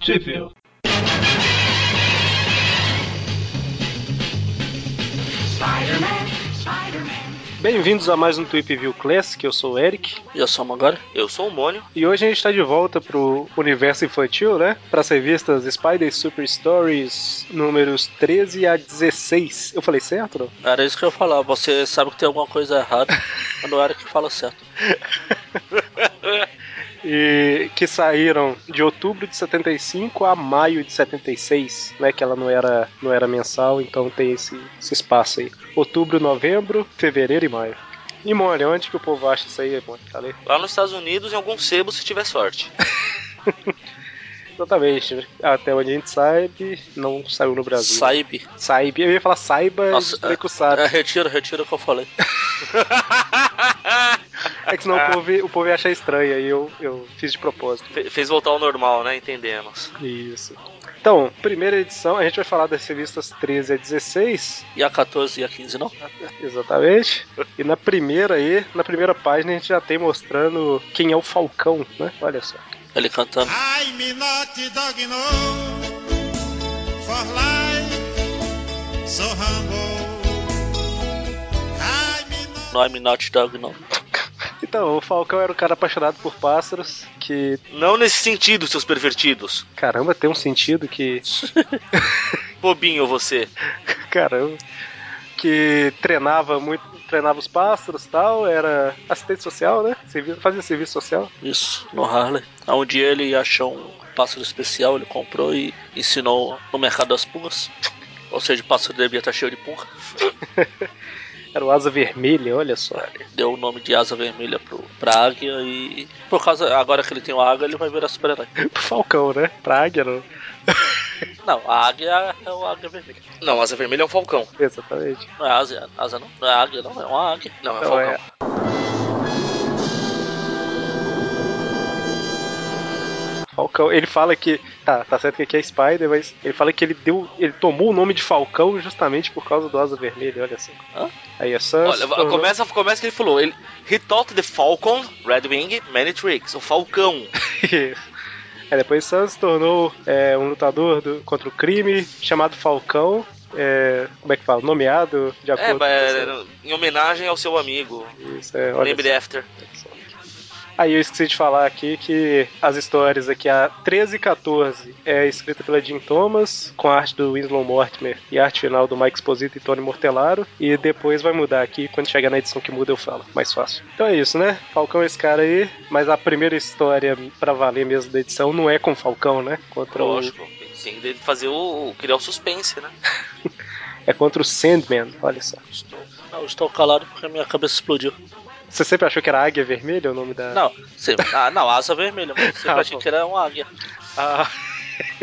Sheffield. Bem-vindos a mais um Tweep View Classic, eu sou o Eric. Eu sou o Magari. Eu sou o Mônio. E hoje a gente está de volta pro universo infantil, né? Para as revistas Spider Super Stories números 13 a 16. Eu falei certo, não? Era isso que eu ia falar. Você sabe que tem alguma coisa errada quando o Eric fala certo. e que saíram de outubro de 75 a maio de 76, né, que ela não era não era mensal, então tem esse, esse espaço aí. Outubro, novembro, fevereiro e maio. E Mole, onde que o povo acha isso aí, Tá Mole? Falei. Lá nos Estados Unidos, em algum sebo, se tiver sorte. Exatamente. Até onde a gente sabe, não saiu no Brasil. Saibe. Saibe. Eu ia falar saiba, Nossa, e é, que sabe. É, retiro, retiro o que eu falei. É que senão Ah. o, povo, ia- o povo ia achar estranho, aí eu, eu fiz de propósito. Fe- Fez voltar ao normal, né? Entendemos. Isso. Então, primeira edição, a gente vai falar das revistas 13 a 16, E a 14 e a 15, não? exatamente. E na primeira aí, na primeira página, a gente já tem mostrando quem é o Falcão, né? Olha só. Ele cantando. I'm a naughty dog, you know, for life, so humble. I'm a naughty Não I'm not dog, não. Então, o Falcão era um cara apaixonado por pássaros, que, Não nesse sentido, seus pervertidos. caramba, tem um sentido que. Bobinho você. Caramba. Que treinava muito, treinava os pássaros e tal, era assistente social, né? Servi- fazia serviço social. Isso, no Harley. Onde ele achou um pássaro especial, ele comprou e ensinou no mercado das pulgas. Ou seja, o pássaro devia estar cheio de pulga. Era o Asa Vermelha, olha só. Deu o nome de asa vermelha pro, pra águia e. Por causa. Agora que ele tem uma águia, ele vai virar super-herói. Pro Falcão, né? Pra Águia, não. Não, a águia é o águia vermelha. Não, asa vermelha é um falcão. Exatamente. Não é asa, asa não. Não é águia, não. É uma águia. Não, é um Então, falcão. é. Falcão, ele fala que. Tá, tá certo que aqui é Spider, mas ele fala que ele deu. Ele tomou o nome de Falcão justamente por causa do Asa Vermelha, olha só. Hã? Aí é Sans. Olha, va- começa, começa que ele falou. Ele, He taught the falcon, red wing, many tricks. O falcão. Aí É, depois Sans se tornou é, um lutador do- contra o crime, chamado Falcão. é, como é que fala? Nomeado de É, acordo ba- com é, em homenagem ao seu amigo. essa- isso, é, olha Lembre só. after. Aí eu esqueci de falar aqui que as histórias aqui, a 13 e 14, é escrita pela Jim Thomas, com a arte do Winslow Mortimer e a arte final do Mike Esposito e Tony Mortellaro. E depois vai mudar aqui, quando chegar na edição que muda eu falo, mais fácil. Então é isso, né? Falcão é esse cara aí, mas a primeira história pra valer mesmo da edição não é com Falcão, né? Contra o, Lógico. Tem que fazer o. criar o suspense, né? é contra o Sandman, olha só. Estou, não, estou calado porque minha cabeça explodiu. Você sempre achou que era Águia Vermelha o nome da... Não, você, ah, não, asa vermelha, mas você É. Ah, achei bom. que era uma águia. Ah,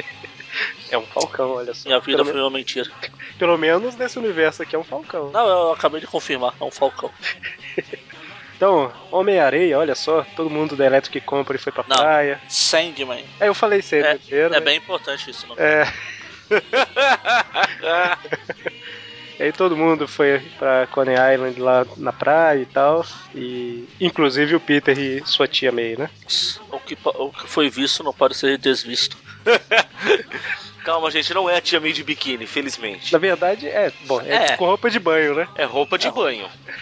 é um Falcão, olha só. Minha vida Pelo foi uma mentira. Pelo menos nesse universo aqui é um falcão. Não, eu acabei de confirmar, é um falcão. Então, Homem-Areia, olha só, todo mundo da Electric Company foi pra Não. praia. Sandman. Aí eu falei isso aí É, primeiro. É né? bem importante isso, não. É. aí todo mundo foi pra Coney Island lá na praia e tal. E inclusive o Peter e sua tia May, né? O que, pa- o que foi visto não pode ser desvisto. Calma, gente, não é a tia May de biquíni, felizmente. Na verdade, é, bom, é, É. com roupa de banho, né? É roupa de banho.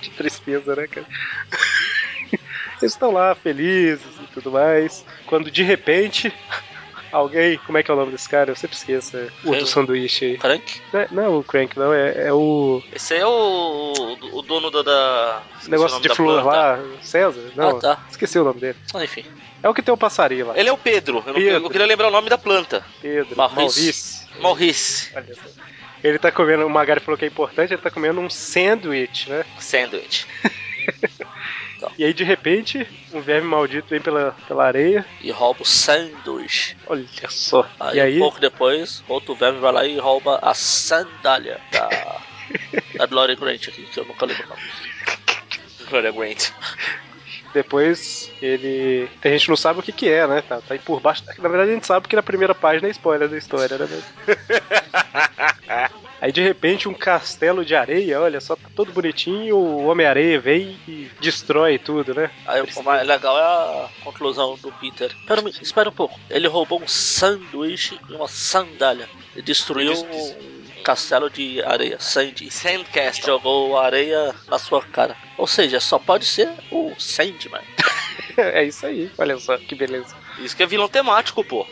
Que tristeza, né, cara? Eles estão lá felizes e tudo mais. Quando de repente. Alguém, como é que é o nome desse cara? Eu sempre esqueço. é O do Eu- sanduíche aí. Frank? Não é, não é o Crank, não, é, é o Esse aí é o, o dono da. da esqueci o negócio nome de da flor planta. lá, César? Não, Ah, tá. esqueci o nome dele. Ah, Enfim, É o que tem o passarinho lá, Ele é o Pedro. Eu, não- eu Pedro. queria lembrar o nome da planta. Pedro, Maurício. Maurício. Maurice Olha só. Ele tá comendo, o Magari falou que é importante, ele tá comendo um sanduíche, né? Tá Sandwich. E aí, de repente, um verme maldito vem pela, pela areia. e rouba o sanduíche. Olha só. Aí, e aí, um pouco depois, outro verme vai lá e rouba a sandália da, da Gloria Grant aqui, que eu nunca lembro o nome. Gloria Grant. depois ele. A gente não sabe o que que é, né? Tá, tá aí por baixo. Na verdade, a gente sabe que na primeira página é spoiler da história, né? Mas- Aí de repente um castelo de areia, olha só, tá todo bonitinho, o Homem-Areia vem e destrói tudo, né? Aí o mais legal é a conclusão do Peter. Pera, um minuto, espera um pouco. Ele roubou um sanduíche e uma sandália. E destruiu Ele disse- um castelo de areia, sandy. Sandcastle. Jogou areia na sua cara. Ou seja, só pode ser o Sandman. é isso aí, olha só que beleza. Isso que é vilão temático, pô.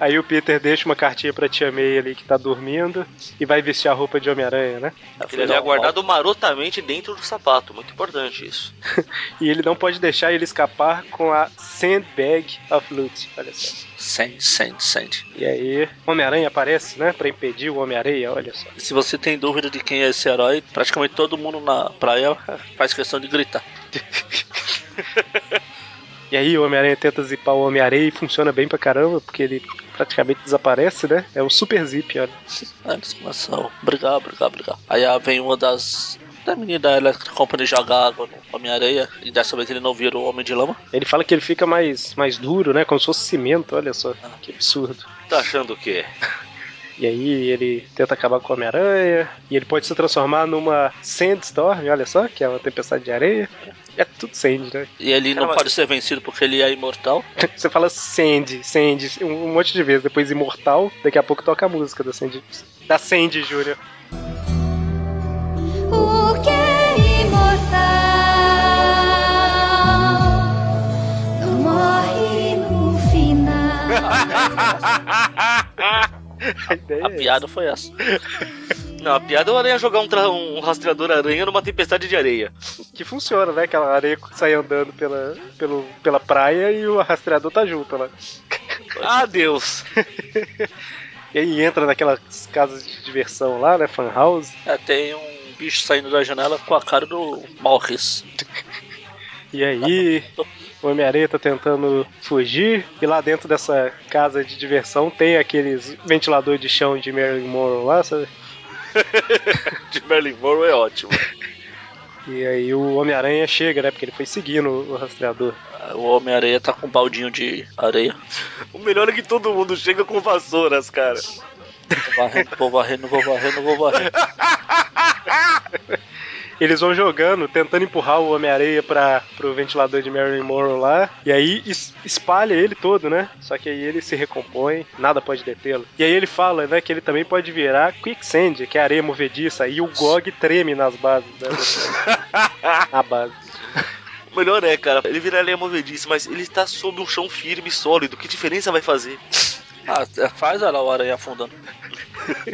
Aí o Peter deixa uma cartinha pra tia May ali que tá dormindo e vai vestir a roupa de Homem-Aranha, né? Ele um é guardado marotamente dentro do sapato. Muito importante isso. E ele não pode deixar ele escapar com a Sandbag of Loot, olha só. Sand, sand, sand. E aí, Homem-Aranha aparece, né? Pra impedir o Homem-Areia, olha só. E Se você tem dúvida de quem é esse herói, praticamente todo mundo na praia faz questão de gritar. E aí o Homem-Aranha tenta zipar o Homem-Areia e funciona bem pra caramba, porque ele praticamente desaparece, né? É o super zip, olha. Aí eles começam a É, brigar, brigar, brigar. Aí ah, vem uma das. Da menina da Electric Company jogar água no Homem-Areia. E dessa vez ele não vira o Homem de Lama. Ele fala que ele fica mais, mais duro, né? Como se fosse cimento, olha só. Que absurdo. Tá achando o quê? E aí ele tenta acabar com o Homem-Aranha. E ele pode se transformar numa Sandstorm, olha só, que é uma tempestade de areia. É tudo Sand, né? E ele não Caramba. pode ser vencido porque ele é imortal. Você fala Sand, Sand, um um monte de vezes. Depois Imortal, daqui a pouco toca a música da Sandy. Da Sandy, Júnior. Porque é imortal não morre no final. A ideia A é piada foi essa. Não, a piada é o aranha jogar um, tra- um rastreador aranha numa tempestade de areia. que funciona, né? Aquela areia que sai andando pela, pelo, pela praia e o rastreador tá junto lá. Ah, Deus. E aí entra naquelas casas de diversão lá, né? Fan house. É, tem um bicho saindo da janela com a cara do Morris. E aí o Homem-Aranha tá tentando fugir. E lá dentro dessa casa de diversão tem aqueles ventilador de chão de Marilyn Monroe lá, sabe? De Merlin Monroe é ótimo. E aí o Homem-Aranha chega, né? Porque ele foi seguindo o rastreador. O Homem-Areia tá com um baldinho de areia. O melhor é que todo mundo chega com vassouras, cara. Vou varrendo, vou varrendo, vou varrendo, vou varrendo. Eles vão jogando, tentando empurrar o Homem-Areia para pro ventilador de Marilyn Monroe lá, e aí es- espalha ele todo, né? Só que aí ele se recompõe, nada pode detê-lo. E aí ele fala, né, que ele também pode virar quicksand, que é areia movediça, e o Gog treme nas bases, né? Na base. O melhor é, cara, ele vira areia movediça, mas ele tá sob um chão firme e sólido. Que diferença vai fazer? Ah, faz olha lá o aranha afundando.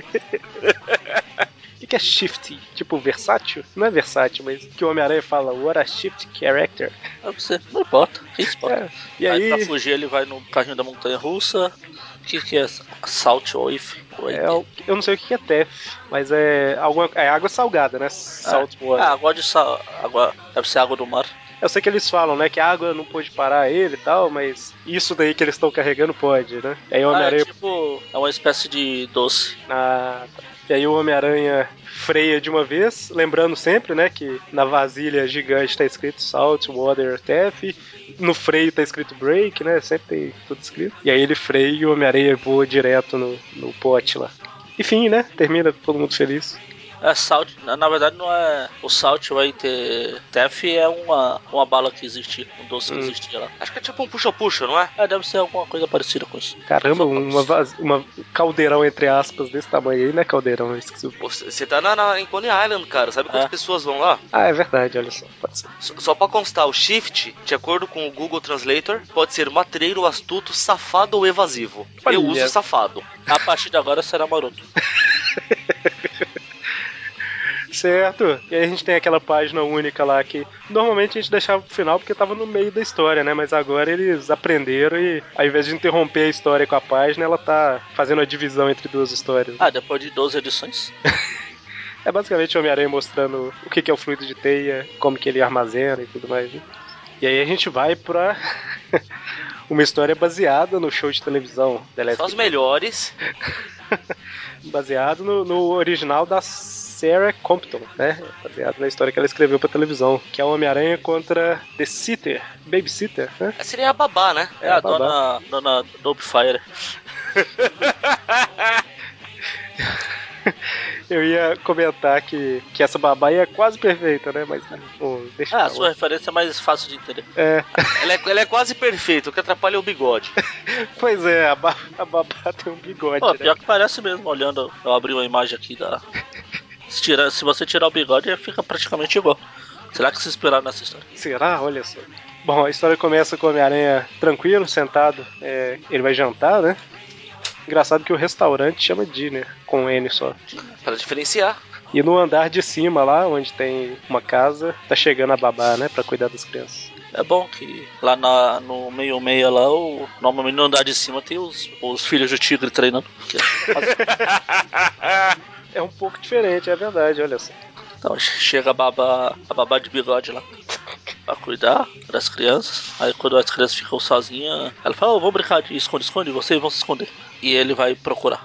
O que que é shift? Tipo, versátil? Não é versátil, mas que o Homem-Aranha fala, what a shift character. Aí você, não importa, que importa. É. E aí, tá pra fugir ele vai no carrinho da montanha russa. O que, que é? Salt Wave? Wave. é o- eu não sei o que que é TEF, mas é, alguma, é água salgada, né? Salt water. Ah, água de sal. Água, deve ser água do mar. Eu sei que eles falam, né, que a água não pôde parar ele e tal, mas isso daí que eles estão carregando pode, né? E aí o Ah, tipo- é Homem-Aranha. tipo, é uma espécie de doce. Ah, tá. E aí o Homem-Aranha freia de uma vez, lembrando sempre, né, que na vasilha gigante tá escrito Salt, Water, Tef, no freio tá escrito Break, né? Sempre tem tudo escrito. E aí ele freia e o Homem-Aranha voa direto no, no pote lá. Enfim, né? Termina todo mundo feliz. É salt, na na verdade não é. O salt vai ter. Tef é uma, uma bala que existia, um doce que Hum. existia lá. Acho que é tipo um puxa-puxa, não é? É, deve ser alguma coisa parecida com isso. Caramba, uma, vaz... uma caldeirão entre aspas desse tamanho aí, né? Caldeirão, eu esqueci o- Você você tá na, na- em Coney Island, cara. Sabe quantas É. pessoas vão lá? Ah, é verdade, olha só. Pode ser. S- Só pra constar, o Shift, de acordo com o Google Translator, pode ser matreiro, astuto, safado ou evasivo. Olha. Eu uso safado. A partir de agora será maroto. Certo. E aí a gente tem aquela página única lá que normalmente a gente deixava pro final porque tava no meio da história, né? Mas agora eles aprenderam e ao invés de interromper a história com a página, ela tá fazendo a divisão entre duas histórias. Ah, depois de 12 edições. É basicamente o Homem-Aranha mostrando o que que é o fluido de teia, como que ele armazena e tudo mais. né? E aí a gente vai pra uma história baseada no show de televisão da Só os Electric melhores. baseado no, no original da Sarah Compton, né? Baseado na história que ela escreveu pra televisão, que é o Homem-Aranha contra The Sitter, Babysitter, né? Seria a babá, né? É a babá. dona, dona Dope Fire. Eu ia comentar que, que essa babaia é quase perfeita, né? Mas bom, deixa Ah, a pra sua lá. referência é mais fácil de entender. É, Ela é, ela é quase perfeita, o que atrapalha é o bigode. pois é, a, ba a babá tem um bigode, Pô, né? pior que parece mesmo, olhando. Eu abri uma imagem aqui da. Se, tirar, se você tirar o bigode, fica praticamente igual. Será que se inspiraram nessa história? Será? Olha só. Bom, a história começa com o Homem-Aranha tranquilo, sentado. é, ele vai jantar, né? Engraçado que o restaurante chama Dinner, com N só. Pra diferenciar. E no andar de cima, lá onde tem uma casa, tá chegando a babá, né? Pra cuidar das crianças. É bom que lá na- no meio-meia lá, o, normalmente no andar de cima tem os, os filhos do tigre treinando. Porque- É um pouco diferente, é verdade, olha só. Então che- chega a babá, a babá de bigode lá pra cuidar das crianças. Aí quando as crianças ficam sozinhas, ela fala, "Ô, vamos brincar de esconde-esconde, vocês vão se esconder. E ele vai procurar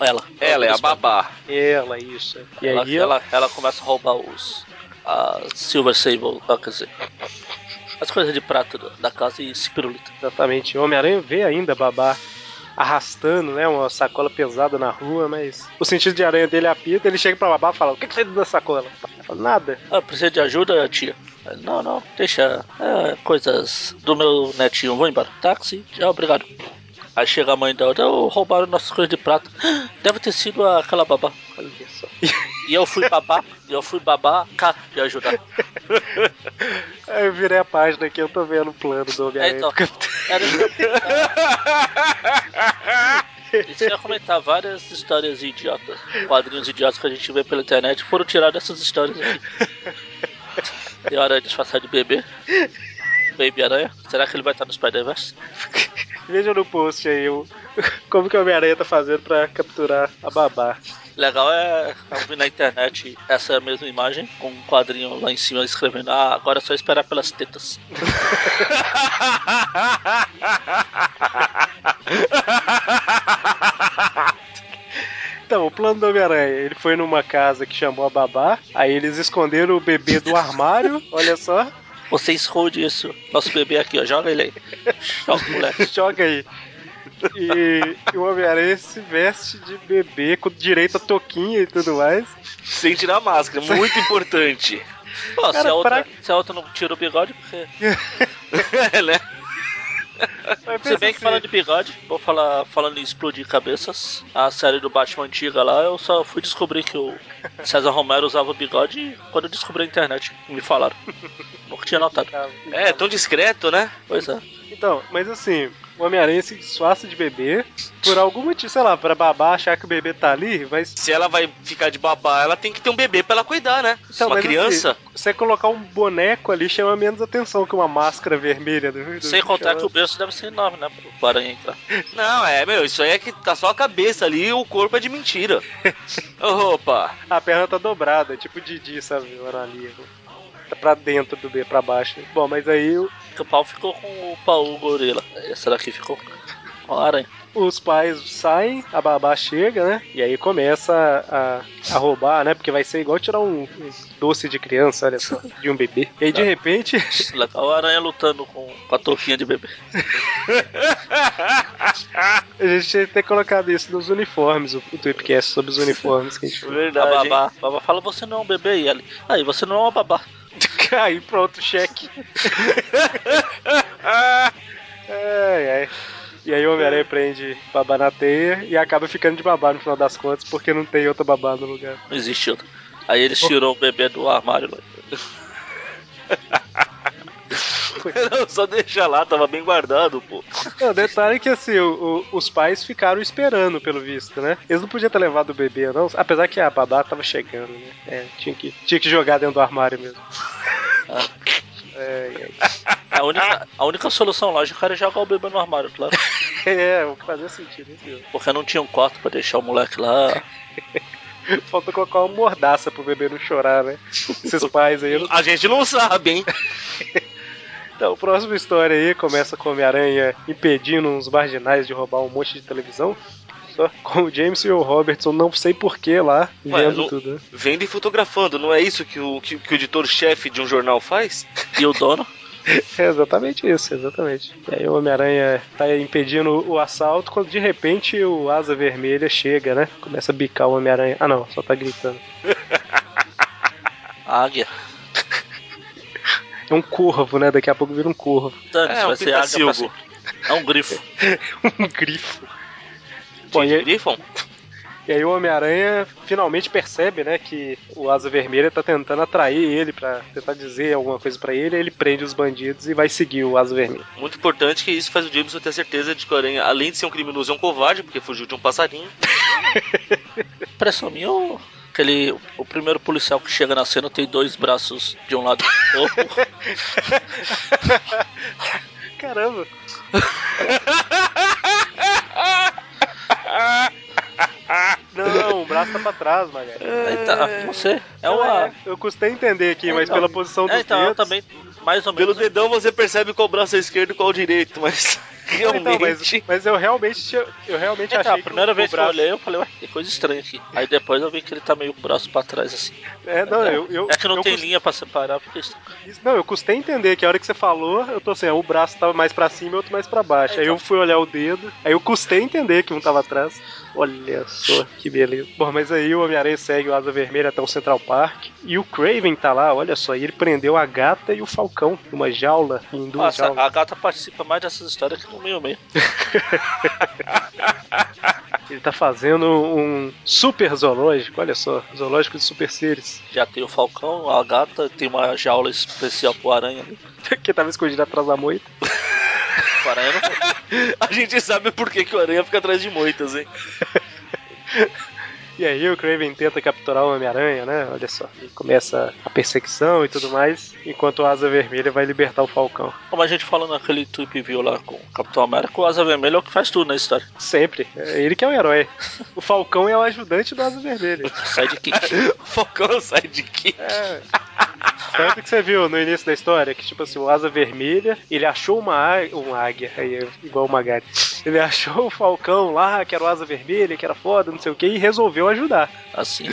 ela. Ela é a babá. Ela, isso. E ela, aí, ela, ela começa a roubar os. A Silver Sable, ah, quer dizer. As coisas de prata da- da casa e se pirulita. exatamente, o Homem-Aranha vê ainda a babá arrastando, né? Uma sacola pesada na rua, mas o sentido de aranha dele apita, ele chega pra babá e fala: O que, que você tem na sacola? Ela fala: Nada. Ah, precisa de ajuda, tia? Ela, Não, não, deixa. é, coisas do meu netinho, vou embora. Táxi, tchau, obrigado. Aí chega a mãe da outra, "Oh, roubaram nossas coisas de prata. Deve ter sido aquela babá. Olha só. E eu fui babá, e eu fui babá, cá, de ajudar. Aí eu virei a página aqui, eu tô vendo o plano do É, Homem-Aranha. então, era isso que eu- Isso que eu ia comentar várias histórias idiotas, quadrinhos idiotas que a gente vê pela internet foram tirados dessas histórias aqui. Tem hora disfarçada de bebê. Baby Aranha, será que ele vai estar no Spider-Verse? Veja no post aí o... como que o Homem-Aranha tá fazendo pra capturar a babá. Legal é eu vi na internet essa mesma imagem, com um quadrinho lá em cima escrevendo: Ah, agora é só esperar pelas tetas. Então, o plano do Homem-Aranha, ele foi numa casa que chamou a babá, aí eles esconderam o bebê do armário, olha só, Você esconde isso. Nosso bebê aqui, ó, joga ele aí. Joga, moleque. joga aí. E, e o Homem-Aranha se veste de bebê com direito a toquinha e tudo mais. Sem tirar a máscara, muito importante. Ó, se, Cara, a outra, pra- se a outra não tira o bigode, porque. né? Mas Se pensa bem que assim, falando de bigode, vou falar falando em explodir cabeças. A série do Batman antiga lá, eu só fui descobrir que o César Romero usava bigode quando eu descobri na internet. Me falaram. Nunca tinha notado. tá, É, tão discreto, né? Pois é. Então, mas assim, o Homem-Aranha se disfarça de bebê por algum motivo, sei lá, pra babá achar que o bebê tá ali, mas Se ela vai ficar de babá, ela tem que ter um bebê pra ela cuidar, né? Então, Uma mas criança. assim, você colocar um boneco ali chama menos atenção que uma máscara vermelha. Do, do, Sem contar chama- que o berço deve ser enorme, né? Pro pro aranha entrar. Não, é, meu, isso aí é que tá só a cabeça ali e o corpo é de mentira. Opa! A perna tá dobrada, é tipo Didi, sabe? Olha ali. Tá pra dentro do B, pra baixo. Bom, mas aí o- Porque o pau ficou com o pau gorila. Esse daqui ficou com a aranha. os pais saem, a babá chega, né? E aí começa a, a roubar, né? Porque vai ser igual tirar um, um doce de criança, olha só, de um bebê. E aí de repente Legal, a aranha lutando com, com a touquinha de bebê. a gente tinha que ter colocado isso nos uniformes, o, o Tweepcast sobre os uniformes que a gente fez. Verdade. a babá, a babá fala, você não é um bebê, e ela, aí você não é uma babá. Aí pronto, cheque. ai, ai. E aí o Homem-Aranha prende babá na teia e acaba ficando de babá no final das contas, porque não tem outra babá no lugar. Não existe outra. Aí eles tirou o bebê do armário. lá. Não, só deixa lá, tava bem guardado, pô. Não, o detalhe é que assim, o- o- os pais ficaram esperando, pelo visto, né? Eles não podiam ter levado o bebê, não. Apesar que a babá tava chegando, né? É, tinha que, tinha que jogar dentro do armário mesmo. É, A Ah. única, a única solução lógica era jogar o bebê no armário, claro. é, é, o que fazia sentido, isso mesmo. Porque não tinha um quarto pra deixar o moleque lá. Falta colocar uma mordaça pro bebê não chorar, né? Esses pais aí, eu não A gente não sabe, hein? Então, a próxima história aí começa com o Homem-Aranha impedindo uns marginais de roubar um monte de televisão. Só com o James e o Robertson, não sei porquê lá, Ué, vendo não- tudo. né? Vendo e fotografando, não é isso que o, que, que o editor-chefe de um jornal faz? E o dono? É exatamente isso, exatamente. E aí o Homem-Aranha tá impedindo o assalto quando de repente o Asa Vermelha chega, né? Começa a bicar o Homem-Aranha. Ah não, só tá gritando. Águia. É um corvo, né? Daqui a pouco vira um corvo. Dane, É, se um vai ser águia pra pitacilgo. sempre. É um grifo. um grifo. Bom, e, Gente, aí- Griffon? e aí o Homem-Aranha finalmente percebe, né, que o Asa Vermelha tá tentando atrair ele pra tentar dizer alguma coisa pra ele, aí ele prende os bandidos e vai seguir o Asa Vermelha. Muito importante que isso faz o Jameson ter certeza de que o Aranha, além de ser um criminoso, é um covarde, porque fugiu de um passarinho. Impressão minha ou aquele. O primeiro policial que chega na cena tem dois braços de um lado do corpo. Caramba! Não, o braço tá pra trás, Magalhães. Aí tá, não sei. É uma. Eu custei entender aqui, É, mas não. pela posição do É, então, eu dedos... também, mais ou Pelo menos. né? dedão você percebe qual braço é esquerdo e qual é o direito, mas Não, realmente. então, mas, mas eu realmente tinha- eu realmente Então, achei a que primeira o- vez o que eu braço... olhei, eu falei, ué, tem coisa estranha aqui. Aí depois eu vi que ele tá meio com o braço pra trás, assim. É, não, eu, eu, é que não eu tem cust- linha pra separar, porque. Isso- Não, eu custei entender que a hora que você falou, eu tô assim, ó, um braço tava mais pra cima e outro mais pra baixo. É, Aí eu então. fui olhar o dedo, aí eu custei entender que um tava atrás. Olha só, que beleza. Bom, mas aí o Homem-Aranha segue o Asa Vermelha até o Central Park. E o Craven tá lá, olha só, e ele prendeu a gata e o Falcão numa jaula, em duas Nossa, jaulas. a gata participa mais dessas histórias que no meio meio. Ele tá fazendo um super zoológico, olha só, zoológico de super seres. Já tem o Falcão, a gata, tem uma jaula especial pro aranha ali. que tava escondido atrás da moita. O aranha não A gente sabe por que, que o Aranha fica atrás de moitas, hein? E aí o Craven tenta capturar o Homem-Aranha, né? Olha só. E começa a perseguição e tudo mais, enquanto o Asa Vermelha vai libertar o Falcão. Como a gente falou naquele Tweep View lá com o Capitão América, o Asa Vermelha é o que faz tudo na história. Sempre. É ele que é o herói. O Falcão é o ajudante do Asa Vermelha. Sai de kick. O Falcão sai de que? É. Tanto que você viu no início da história que, tipo assim, o Asa Vermelha, ele achou uma, á- uma águia, aí, é igual o Magari. Ele achou o Falcão lá, que era o Asa Vermelha, que era foda, não sei o que, e resolveu ajudar. Assim.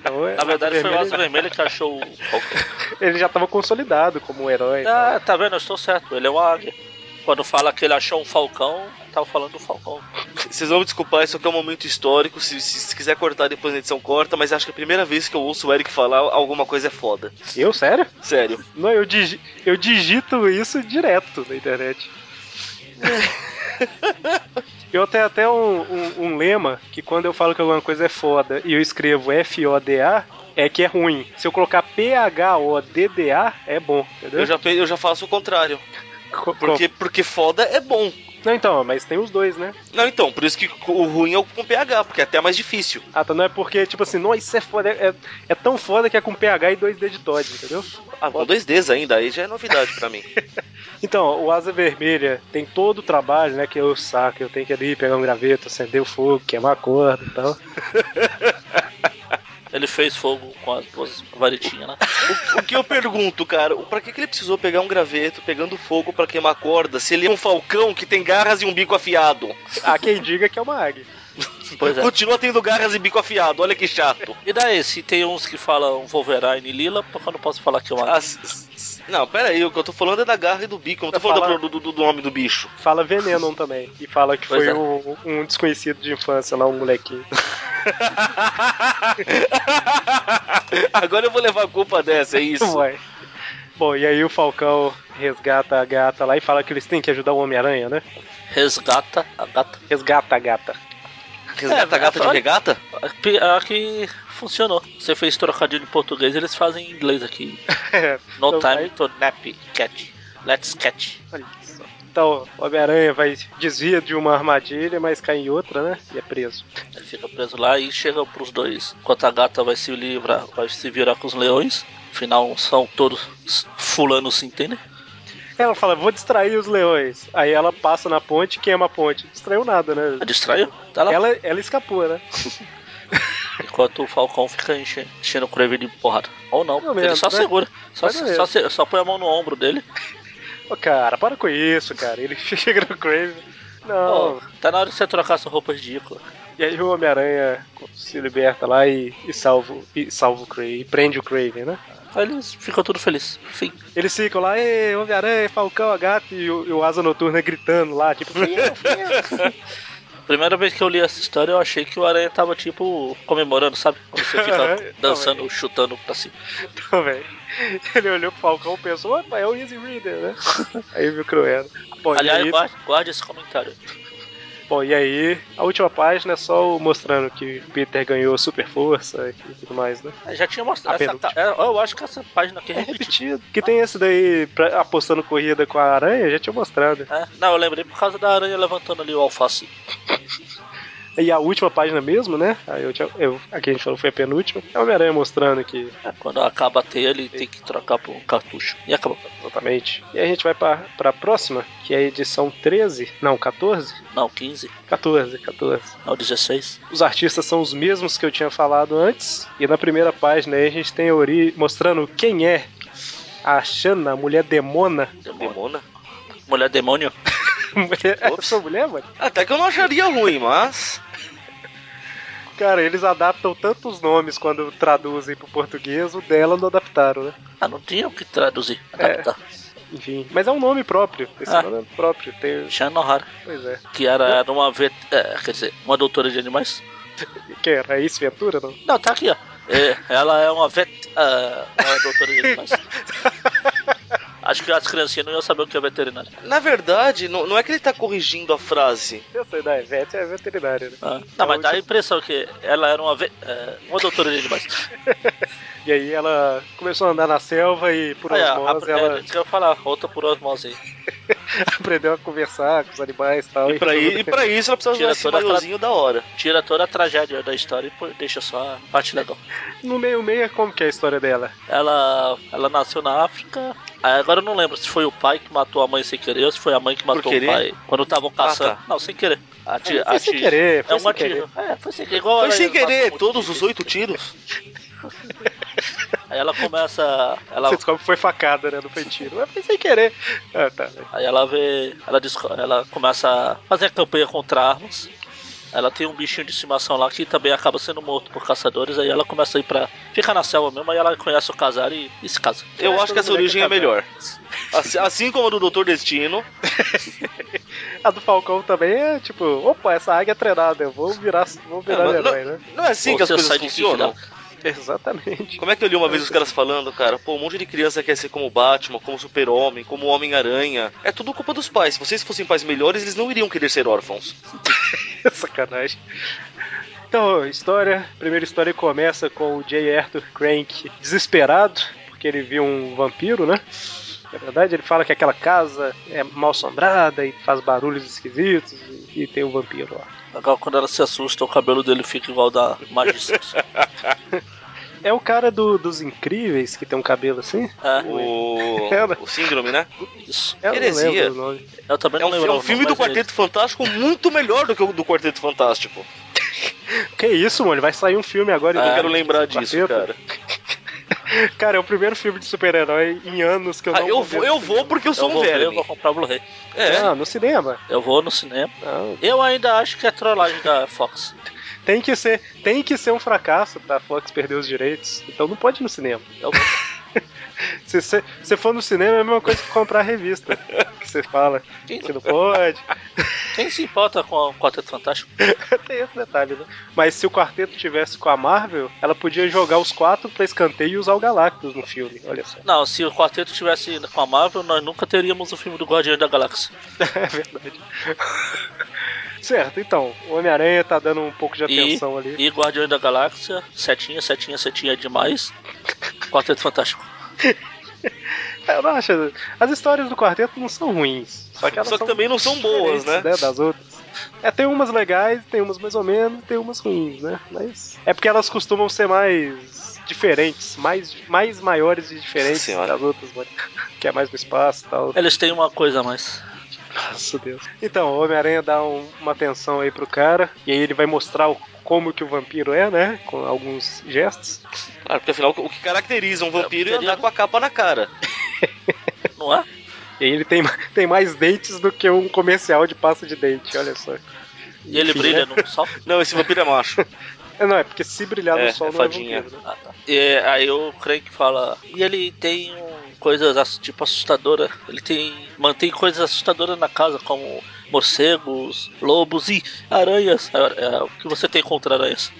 Então, Na verdade, foi o Asa Vermelha, Vermelha que achou o Falcão. ele já tava consolidado como um herói. e tal. Ah, tá vendo? Eu estou certo. Ele é uma águia. Quando fala que ele achou um Falcão, tava falando do Falcão. Vocês vão me desculpar, isso aqui é um momento histórico. Se, se, se quiser cortar depois na edição, corta. Mas acho que é a primeira vez que eu ouço o Eric falar alguma coisa é foda. Eu, sério? Sério. Não, eu, digi- eu digito isso direto na internet. Eu tenho até um, um- um lema que quando eu falo que alguma coisa é foda e eu escrevo F-O-D-A, é que é ruim. Se eu colocar P-H-O-D-D-A, é bom, entendeu? Eu já, pe- eu já faço o contrário. Co- co- Porque, porque foda é bom. Não, então, mas tem os dois, né? Não, então, por isso que o ruim é o com PH, porque é até mais difícil. Ah, tá, não é porque, tipo assim, não, isso é foda, é, é tão foda que é com PH e dois D de Todd, entendeu? Ah, com dois Ds ainda, aí já é novidade pra mim. Então, o Asa Vermelha tem todo o trabalho, né? Que eu saco, eu tenho que ir ali pegar um graveto, acender o fogo, queimar a corda e tal. Ele fez fogo com as duas varetinhas, né? O que eu pergunto, cara, o- pra que, que ele precisou pegar um graveto pegando fogo pra queimar corda se ele é um falcão que tem garras e um bico afiado? Há quem diga que é uma águia. Pois é. Continua tendo garras e bico afiado, olha que chato. E daí, se tem uns que falam Wolverine e Lila, porque eu não posso falar que é uma Ah, águia. s- s- não, pera aí, o que eu tô falando é da garra e do bico, eu não tô Tá falando falando- do, do- do nome do bicho. Fala Venenon também. E fala que Pois foi é. um, um desconhecido de infância lá, um molequinho. Agora eu vou levar a culpa dessa, é isso. Vai. Bom, e aí o Falcão resgata a gata lá e fala que eles têm que ajudar o Homem-Aranha, né? Resgata a gata. Resgata a gata. Resgata a gata de olha- regata? A pi- A que funcionou. Você fez trocadilho em português, eles fazem em inglês aqui. No Então time vai- to nap cat. Let's catch. Olha só. Então, o Homem-Aranha vai desvia de uma armadilha, mas cai em outra, né? E é preso. Ele fica preso lá e chega pros dois. Enquanto a gata vai se livrar, vai se virar com os leões. Afinal, são todos fulanos se entendem. Ela fala, vou distrair os leões. Aí ela passa na ponte, queima a ponte. Distraiu nada, Ah, né? Distraiu? Tá lá. Ela, ela escapou, né? Enquanto o Falcão fica enche- enchendo o Kraven de porrada. Ou não, Pelo ele menos, só né? segura. Só, Pelo só, se- só põe a mão no ombro dele. Ô, cara, para com isso, cara. Ele chega no Craven. Não. Pô, tá na hora de você trocar suas roupas de ícola. E aí o Homem-Aranha se liberta lá e, e salva, o- e salva o Craven. E prende o Craven, né? Aí eles ficam tudo felizes. Enfim. Eles ficam lá, "Ê, Homem-Aranha, Falcão, a gato e o, e o Asa Noturna gritando lá, tipo, "Fui eu, fui eu." Primeira vez que eu li essa história, eu achei que o Aranha tava, tipo, comemorando, sabe? Quando você fica dançando, chutando pra cima. então, velho. Ele olhou pro Falcão e pensou, opa, é o Easy Reader, né? aí viu que não era. Bom, e Aliás, aí- guarde, guarde esse comentário. Bom, e aí, a última página é só o mostrando que o Peter ganhou super força e tudo mais, né? Eu Já tinha A mostrado. Essa penúltima. ta- é, Eu acho que essa página aqui é É repetida. repetido. Que tem esse daí pra- apostando corrida com a aranha, já tinha mostrado. É, não, eu lembrei por causa da aranha levantando ali o alface. E a última página mesmo, né? Aí eu tinha, eu, a que a gente falou foi a penúltima. É o Homem-Aranha mostrando que É, quando acaba a teia, ele tem que trocar por um cartucho. E acabou. exatamente. E a gente vai pra, pra próxima, que é a edição 13. Não, 14? Não, 15. 14, 14. Não, 16. Os artistas são os mesmos que eu tinha falado antes. E na primeira página aí a gente tem a Ori mostrando quem é a Xana, a mulher demona. Demônio. Demona. Mulher demônio. Mulher, Ops. essa mulher, mano? Até que eu não acharia ruim, mas. Cara, eles adaptam tantos nomes quando traduzem pro português, o dela não adaptaram, né? Ah, não tinha o que traduzir. Tá, Adaptar. Enfim, mas é um nome próprio. Esse Ah. nome é próprio. Tem, Shannon O'Hara, pois é. que era era uma vet... é, quer dizer, uma doutora de animais. Que é Raiz Ventura, não? Não, tá aqui, ó. É, ela é uma vet... ah, uma doutora de animais. Acho que as criancinhas não iam saber o que é veterinária. Na verdade, não, não é que ele tá corrigindo a frase. Eu sei, não, é vet, é veterinária, né? Ah, Então, não, mas dá a tipo- impressão que ela era uma, ve... é, uma doutora de animais. E aí ela começou a andar na selva e por Aí, ó, osmose a- é, ela isso que eu ia falar, outra por osmose aí. aprendeu a conversar com os animais tal, E pra, i- tudo. e pra isso ela precisa usar Tira esse toda a fra- maiozinho da hora. Tira toda a tragédia da história e pô- deixa só a parte legal. No meio-meia, como que é a história dela? Ela, ela nasceu na África. Aí agora eu não lembro se foi o pai que matou a mãe sem querer ou se foi a mãe que matou o querer? pai quando estavam caçando. Ah, tá. Não, sem querer. A ti- É, ah, foi a sem ti- querer, foi é um sem gatilho. É, foi sem querer. Igual Foi ela- sem ela matou querer, muito todos gente. os oito tiros. Aí ela começa. Ela, Você descobre que foi facada, né? Não foi tiro. Mas foi sem querer. Ah, tá. aí ela vê. Ela, desco- ela começa a fazer a campanha contra armas. Ela tem um bichinho de estimação lá que também acaba sendo morto por caçadores. Aí ela começa a ir pra. Fica na selva mesmo, aí ela conhece o casar e, e se casa. Eu É, acho que toda essa mulher origem quer é casar. melhor. Assim, assim como a do Doutor Destino. A do Falcão também é tipo, opa, essa águia é treinada, eu vou virar, vou É, virar mas herói, não, né? não é assim que as Ou seu coisas sidekick funcionam. lá. Exatamente. Como é que eu li uma vez os caras falando, cara? Pô, um monte de criança quer ser como Batman, como Super-Homem, como Homem-Aranha. É tudo culpa dos pais. Se vocês fossem pais melhores, eles não iriam querer ser órfãos. Sacanagem. Então, história. Primeira história começa com o J. Arthur Crank desesperado, porque ele viu um vampiro, né? Na verdade, ele fala que aquela casa é mal assombrada e faz barulhos esquisitos e, e tem um vampiro lá. Agora quando ela se assusta, o cabelo dele fica igual da Magicina. É o cara do- dos incríveis que tem um cabelo assim? É, O, Ela. o Síndrome, né? isso. Eu Heresia. não lembro o nome. Eu também É um, não lembro. é um filme do Quarteto Fantástico muito melhor do que o do Quarteto Fantástico. Que isso, mano? Vai sair um filme agora e Eu não não Ah, quero lembrar disso, Quarteto? cara. Cara, é o primeiro filme de super-herói em anos que eu Ah, não eu, ver vou, no eu cinema. vou porque eu Eu sou um vou ver, eu verme. vou comprar o Blu-ray. É. Não, no cinema. Eu vou no cinema. Não. Eu ainda acho que é trollagem da Fox. Tem que ser, tem que ser um fracasso pra Fox perder os direitos. Então não pode ir no cinema. Eu vou. Se você se for no cinema é a mesma coisa que comprar a revista. que você fala Quem, que não pode. quem se importa com o Quarteto Fantástico? tem esse detalhe, né? Mas se o quarteto tivesse com a Marvel, ela podia jogar os quatro pra escanteio e usar o Galactus no filme. Olha só. Não, se o Quarteto tivesse com a Marvel, nós nunca teríamos o filme do Guardião da Galáxia. É verdade. certo, então. O Homem-Aranha tá dando um pouco de E, atenção ali. e Guardião da Galáxia, setinha, setinha, setinha é demais. Quarteto Fantástico. É, Eu não acho. As histórias do quarteto não são ruins. Só que elas Só que são também não são boas, né? diferentes, Das outras. É, tem umas legais, tem umas mais ou menos, tem umas ruins, né? Mas. É porque elas costumam ser mais diferentes, mais, mais maiores e diferentes Senhora. das outras, mano. Que é mais do espaço e tal. Eles têm uma coisa a mais. Nossa Deus. Então, o Homem-Aranha dá um- uma atenção aí pro cara, e aí ele vai mostrar o- como que o vampiro é, né? Com alguns gestos. Claro, Ah, porque afinal o que caracteriza um vampiro é, seria- andar com a capa na cara. Não é? E aí ele tem, tem mais dentes do que um comercial de pasta de dente, olha só. E ele Enfim, brilha né? no sol. Não, esse vampiro é macho. É, Não, é porque se brilhar É, no sol é não é fadinha. vampiro, né? Ah, tá. E aí o Crank fala. E ele tem um, coisas ass- tipo assustadoras. Ele tem. mantém coisas assustadoras na casa, como morcegos, lobos e aranhas. É, é, o que você tem contra aranhas?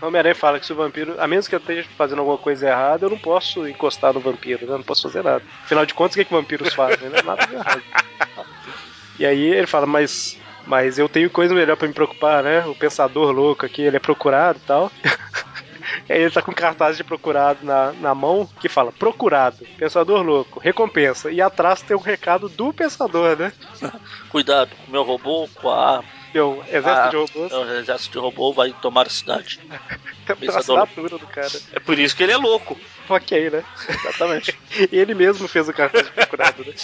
Homem-Aranha fala que se o vampiro, a menos que eu esteja fazendo alguma coisa errada, eu não posso encostar no vampiro, né? Eu não posso fazer nada. Afinal de contas, o que, é que vampiros fazem? Né? Nada de errado. E aí ele fala, mas. Mas eu tenho coisa melhor pra me preocupar, né? O pensador louco aqui, ele é procurado e tal. E aí ele tá com um cartaz de procurado na, na mão que fala: procurado, pensador louco, recompensa. E atrás tem um recado do pensador, né? Cuidado com o meu robô, com a arma. Deu exército Ah, de robôs. O exército de robô vai tomar a cidade. Tem a Pensador. assinatura do cara. É por isso que ele é louco. Ok, né? Exatamente. E ele mesmo fez o cartaz de procurado, né?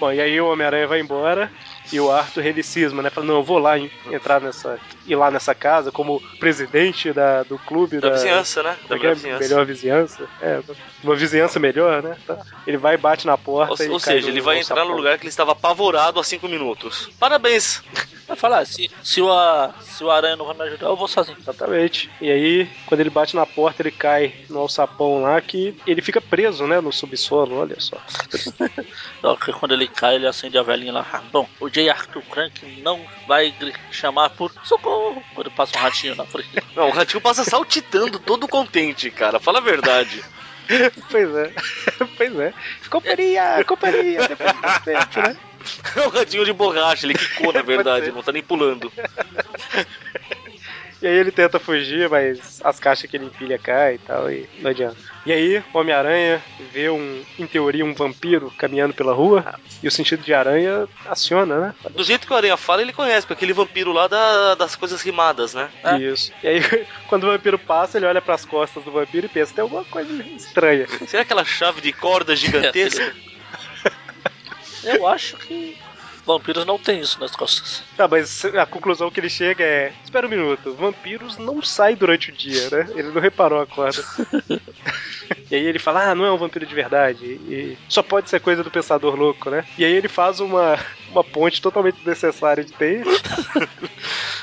Bom, e aí o Homem-Aranha vai embora e o Arthur ele cisma, né? Fala, não, eu vou lá en- entrar nessa. ir lá nessa casa como presidente da, do clube Da da. vizinhança, né? como Da é que é? vizinhança. melhor vizinhança. É, uma vizinhança melhor, né? Tá. Ele vai, bate na porta Ou, e. ou cai seja, no- ele vai entrar no sapão. lugar que ele estava apavorado há cinco minutos. Parabéns! Vai falar, se, se, o, a- se o aranha não vai me ajudar, eu vou sozinho. tá Exatamente. E aí, quando ele bate na porta, ele cai no alçapão lá que ele fica preso, né? No subsolo, olha só. Só que quando ele cai, ele acende a velhinha lá. Ah, Bom, o J. Arthur Crank não vai gri- chamar por socorro quando passa um ratinho na frente. Não, o ratinho passa saltitando todo contente, cara. Fala a verdade. Pois é. pois é. Companhia, companhia, depois de muito tempo, né? É um ratinho de borracha, ele quicou, na verdade, ser. não tá nem pulando. E aí ele tenta fugir, mas as caixas que ele empilha caem e tal, e não adianta. E aí, o Homem-Aranha vê um, em teoria, um vampiro caminhando pela rua, e o sentido de aranha aciona, né? Do jeito que o Aranha fala, ele conhece, porque aquele vampiro lá da- das coisas rimadas, né? É. Isso. E aí, quando o vampiro passa, ele olha pras costas do vampiro e pensa, tem alguma coisa estranha. Será aquela chave de corda gigantesca? Eu acho que vampiros não tem isso nas costas. Tá, mas a conclusão que ele chega é, espera um minuto, vampiros não saem durante o dia, né? Ele não reparou a corda. E aí ele fala, ah, não é um vampiro de verdade. E só pode ser coisa do pensador louco, né? E aí ele faz uma, uma ponte totalmente desnecessária de ter.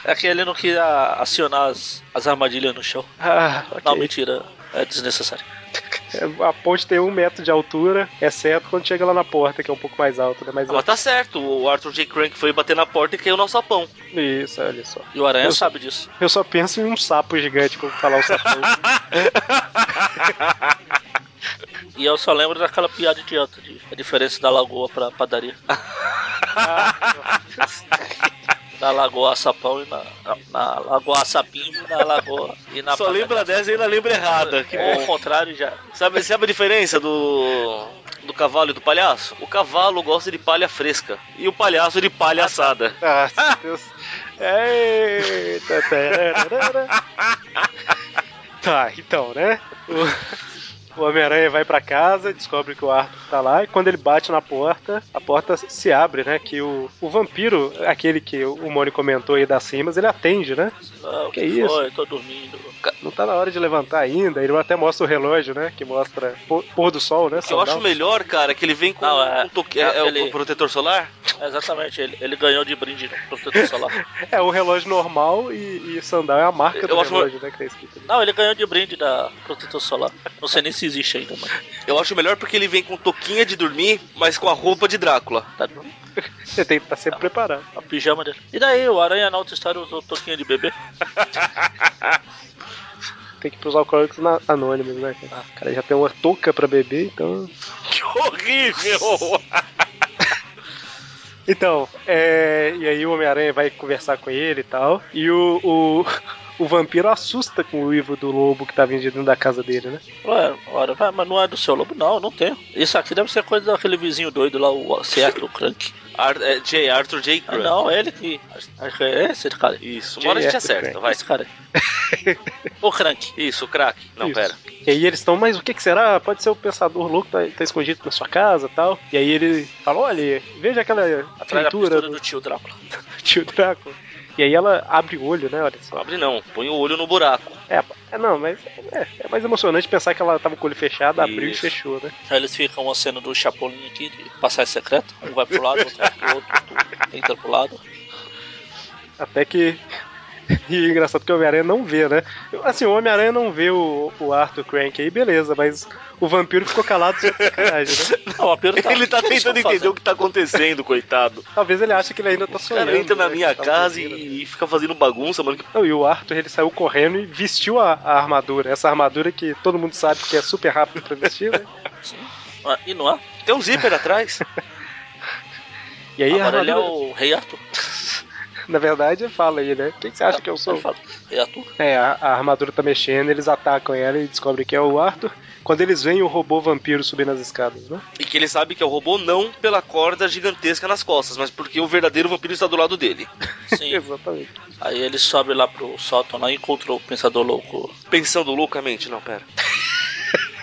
É que ele não queria acionar as, as armadilhas no chão. Ah, ok. Não, mentira. É desnecessário. A ponte tem um metro de altura, exceto quando chega lá na porta, que é um pouco mais alto, né? Mas Ah, mas tá certo, o Arthur J. Crank foi bater na porta e caiu no sapão. é, isso, olha só. E o aranha Eu- sabe disso. Eu só penso em um sapo gigante quando falar o sapão. E eu só lembro daquela piada idiota de a diferença da lagoa pra padaria. Ah, Na lagoa a sapão e na, na, na lagoa a sapinho e na lagoa e na Só padaria. lembra dessa e ainda lembra errada. Que Ou bom. ao contrário já. É. Sabe, sabe a diferença do. do cavalo e do palhaço? O cavalo gosta de palha fresca. E o palhaço de palha assada. Ah, meu Deus. Eita, tararara. tá, então, né? O, o Homem-Aranha vai pra casa, descobre que o Arthur tá lá, e quando ele bate na porta, a porta se abre, né? Que o, o vampiro, aquele que o Mônio comentou aí das cimas, ele atende, né? Sei lá, o Que que, isso? foi? Tô dormindo. Não tá na hora de levantar ainda, ele até mostra o relógio, né? Que mostra pôr, pôr do sol, né? O que eu acho sundown. melhor, cara, é que ele vem com Não, é- um toque. É, é o ele- protetor solar? É, Exatamente, ele, ele ganhou de brinde no protetor solar. É o relógio normal e, e sandal é a marca Eu do acho- relógio, né? Que tá escrito ali. Não, ele ganhou de brinde da protetor solar. Não sei nem se existe ainda, mas Eu acho melhor porque ele vem com toquinha de dormir, mas com a roupa de Drácula. tá bom. Você tem que estar sempre preparado. A pijama dele. E daí, o Aranha na outra história usou toquinha de bebê. Tem que ir pros alcoólicos na- anônimos, né? cara? O cara já tem uma touca pra beber, então. Que horrível! Então, é, e aí o Homem-Aranha vai conversar com ele e tal. E o, o, o vampiro assusta com o uivo do lobo que tá vindo de dentro da casa dele, né? Ué, ora, vai, mas não é do seu lobo, não, não tem. Isso aqui deve ser coisa daquele vizinho doido lá, o Seattle Crank. Ar é, J. Arthur J. Ah, Crank. não, ele que. Acho que é esse cara. Isso, J. uma hora a gente Arthur acerta, Crank. vai. Esse cara. o Crank. Isso, craque. Não, Isso. pera. E aí eles estão, mas o que, que será? Pode ser o pensador louco que tá, tá escondido na sua casa e tal. E aí ele fala: olha, veja aquela Atrás da pintura pintura do do tio Drácula. tio Drácula. E aí ela abre o olho, né? Olha só. Abre não, põe o olho no buraco. É, é, não, mas é, é mais emocionante pensar que ela tava com o olho fechado, abriu Isso. e fechou, né? Aí eles ficam a cena do Chapolin aqui, de passagem secreta. Um vai pro lado, outro vai pro outro, outro entra pro lado. Até que E engraçado porque o Homem-Aranha não vê, né? Assim, o Homem-Aranha não vê o, o Arthur Crank aí, beleza, mas o vampiro ficou calado de sacanagem, né? Não, o Pedro tá. Ele tá tentando entender o que tá acontecendo, coitado. Talvez ele ache que ele ainda tá O sonhando. cara entra na né, minha que tá casa dormindo. e, e fica fazendo bagunça, mano. que- Não, e o Arthur ele saiu correndo e vestiu a, a armadura. Essa armadura que todo mundo sabe que é super rápido pra vestir, né? Ah, e não é? Tem um zíper atrás. E aí a Agora ele é armadura, o Rei Arthur. na verdade, fala aí, né? Quem que você acha que eu sou? Ele fala, Rei Arthur. É, a, a armadura tá mexendo, eles atacam ela e descobrem que é o Arthur. Quando eles veem o robô vampiro subindo as escadas, né? E que ele sabe que é o robô não pela corda gigantesca nas costas, mas porque o verdadeiro vampiro está do lado dele. Sim. Exatamente. Aí ele sobe lá pro sótão lá e encontra o Pensador Louco Pensando loucamente, não, pera.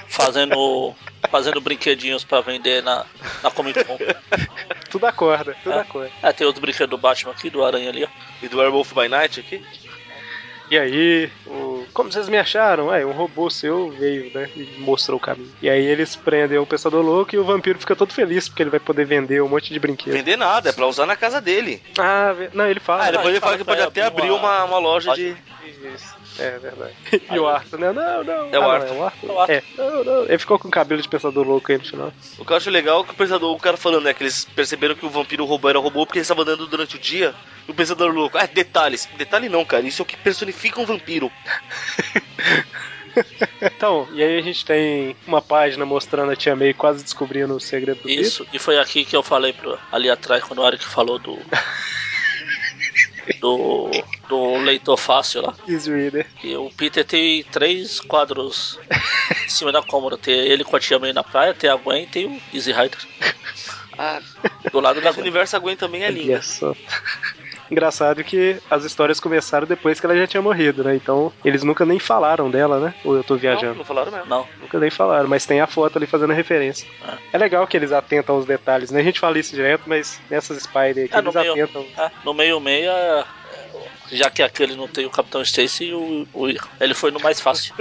fazendo, fazendo brinquedinhos pra vender na, na Comic Con. Tudo acorda, tudo É. acorda. É, tem outro brinquedo do Batman aqui, do Aranha ali, ó. E do Werewolf by Night aqui? E aí, o- como vocês me acharam? É, um robô seu veio, né? E mostrou o caminho. E aí eles prendem o Pensador Louco e o vampiro fica todo feliz porque ele vai poder vender um monte de brinquedo. Vender nada, é pra usar na casa dele. Ah, ve- não, ele fala. Ah, ele depois ele fala fala que pra pode ele até abrir abrir uma, uma- uma loja de. Isso, é verdade. E o Arthur, né? Não, não. É o Ah, não, Arthur. é o Arthur. É o Arthur. É, não, não. Ele ficou com o cabelo de pensador louco aí no final. O que eu acho legal é que o pensador, o cara falando, né? Que eles perceberam que o vampiro roubou era robô porque ele estava andando durante o dia. E o pensador louco. Ah, detalhes. Detalhe não, cara. Isso é o que personifica um vampiro. Então, e aí a gente tem uma página mostrando a Tia May quase descobrindo o segredo do Peter. Isso, e foi aqui que eu falei pro, ali atrás, quando o Eric falou do. Do, do leitor fácil lá. Easy Reader. Que o Peter tem três quadros em cima da cômoda. Tem ele com a tia May na praia, tem a Gwen e tem o Easy Rider. Ah, Do lado da mas o Gwen. universo Gwen também é Olha linda. só. Engraçado que as histórias começaram depois que ela já tinha morrido, né? Então eles nunca nem falaram dela, né? Ou eu tô Não, viajando? não falaram mesmo. Não, Nunca nem falaram, mas tem a foto ali fazendo referência. Ah. É legal que eles atentam aos detalhes, né? A gente fala isso direto, mas nessas Spider aqui É, no eles meio. atentam. Ah, no meio-meia, já que aquele não tem o Capitão Stacy, o, o- ele foi no mais fácil.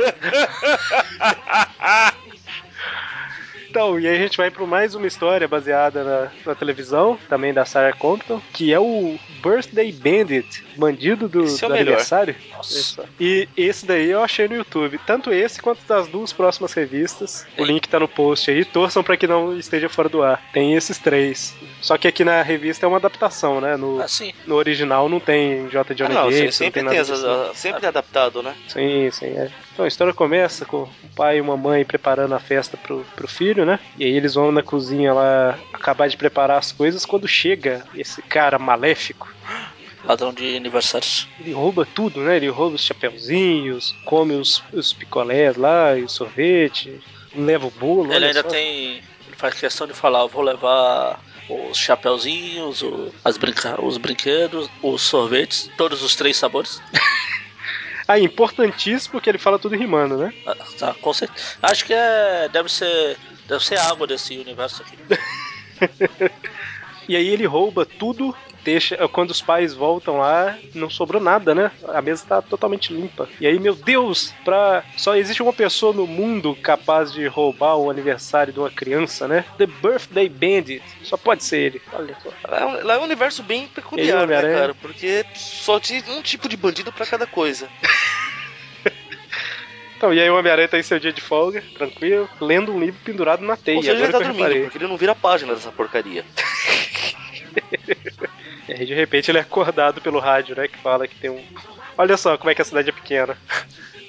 Então, e aí a gente vai para mais uma história baseada na, na televisão, também da Sarah Compton, que é o Birthday Bandit, bandido do, Esse é o do melhor. aniversário. Nossa. E esse daí eu achei no YouTube, tanto esse quanto das duas próximas revistas. O link tá no post aí, torçam para que não esteja fora do ar. Tem esses três. Só que aqui na revista é uma adaptação, né? No, Assim, no original não tem J. Ah, Johnny não, Gates, sempre não tem tem nada disso, não. essas. Sempre é adaptado, né? Sim, sim. É. Então a história começa com um pai e uma mãe preparando a festa pro, pro filho, né? E aí eles vão na cozinha lá acabar de preparar as coisas quando chega esse cara maléfico. ladrão de aniversários. Ele rouba tudo, né? Ele rouba os chapeuzinhos, come os, os picolés lá e o sorvete, leva o bolo. Ele olha ainda só. tem. Ele faz questão de falar, "Eu vou levar os chapeuzinhos, o- as brinca, os brinquedos, os sorvetes, todos os três sabores. Ah, importantíssimo que ele fala tudo rimando, né? Ah, tá, com certeza. Acho que é. Deve ser. Deve ser água desse universo aqui. E aí ele rouba tudo, deixa. Quando os pais voltam lá, não sobrou nada, né? A mesa tá totalmente limpa. E aí, meu Deus, pra. Só existe uma pessoa no mundo capaz de roubar o aniversário de uma criança, né? The Birthday Bandit. Só pode ser ele. Olha só. Lá é um- lá é um universo bem E aí, peculiar, né, Homem-Aranha? cara? Porque só tinha um tipo de bandido pra cada coisa. Então, e aí o Homem-Aranha tá em seu dia de folga, tranquilo, lendo um livro pendurado na teia. Ou seja, ele agora tá que eu dormindo, reparei. porque ele não vira a página dessa porcaria. E aí, de repente, ele é acordado pelo rádio, né? Que fala que tem um. Olha só como é que a cidade é pequena.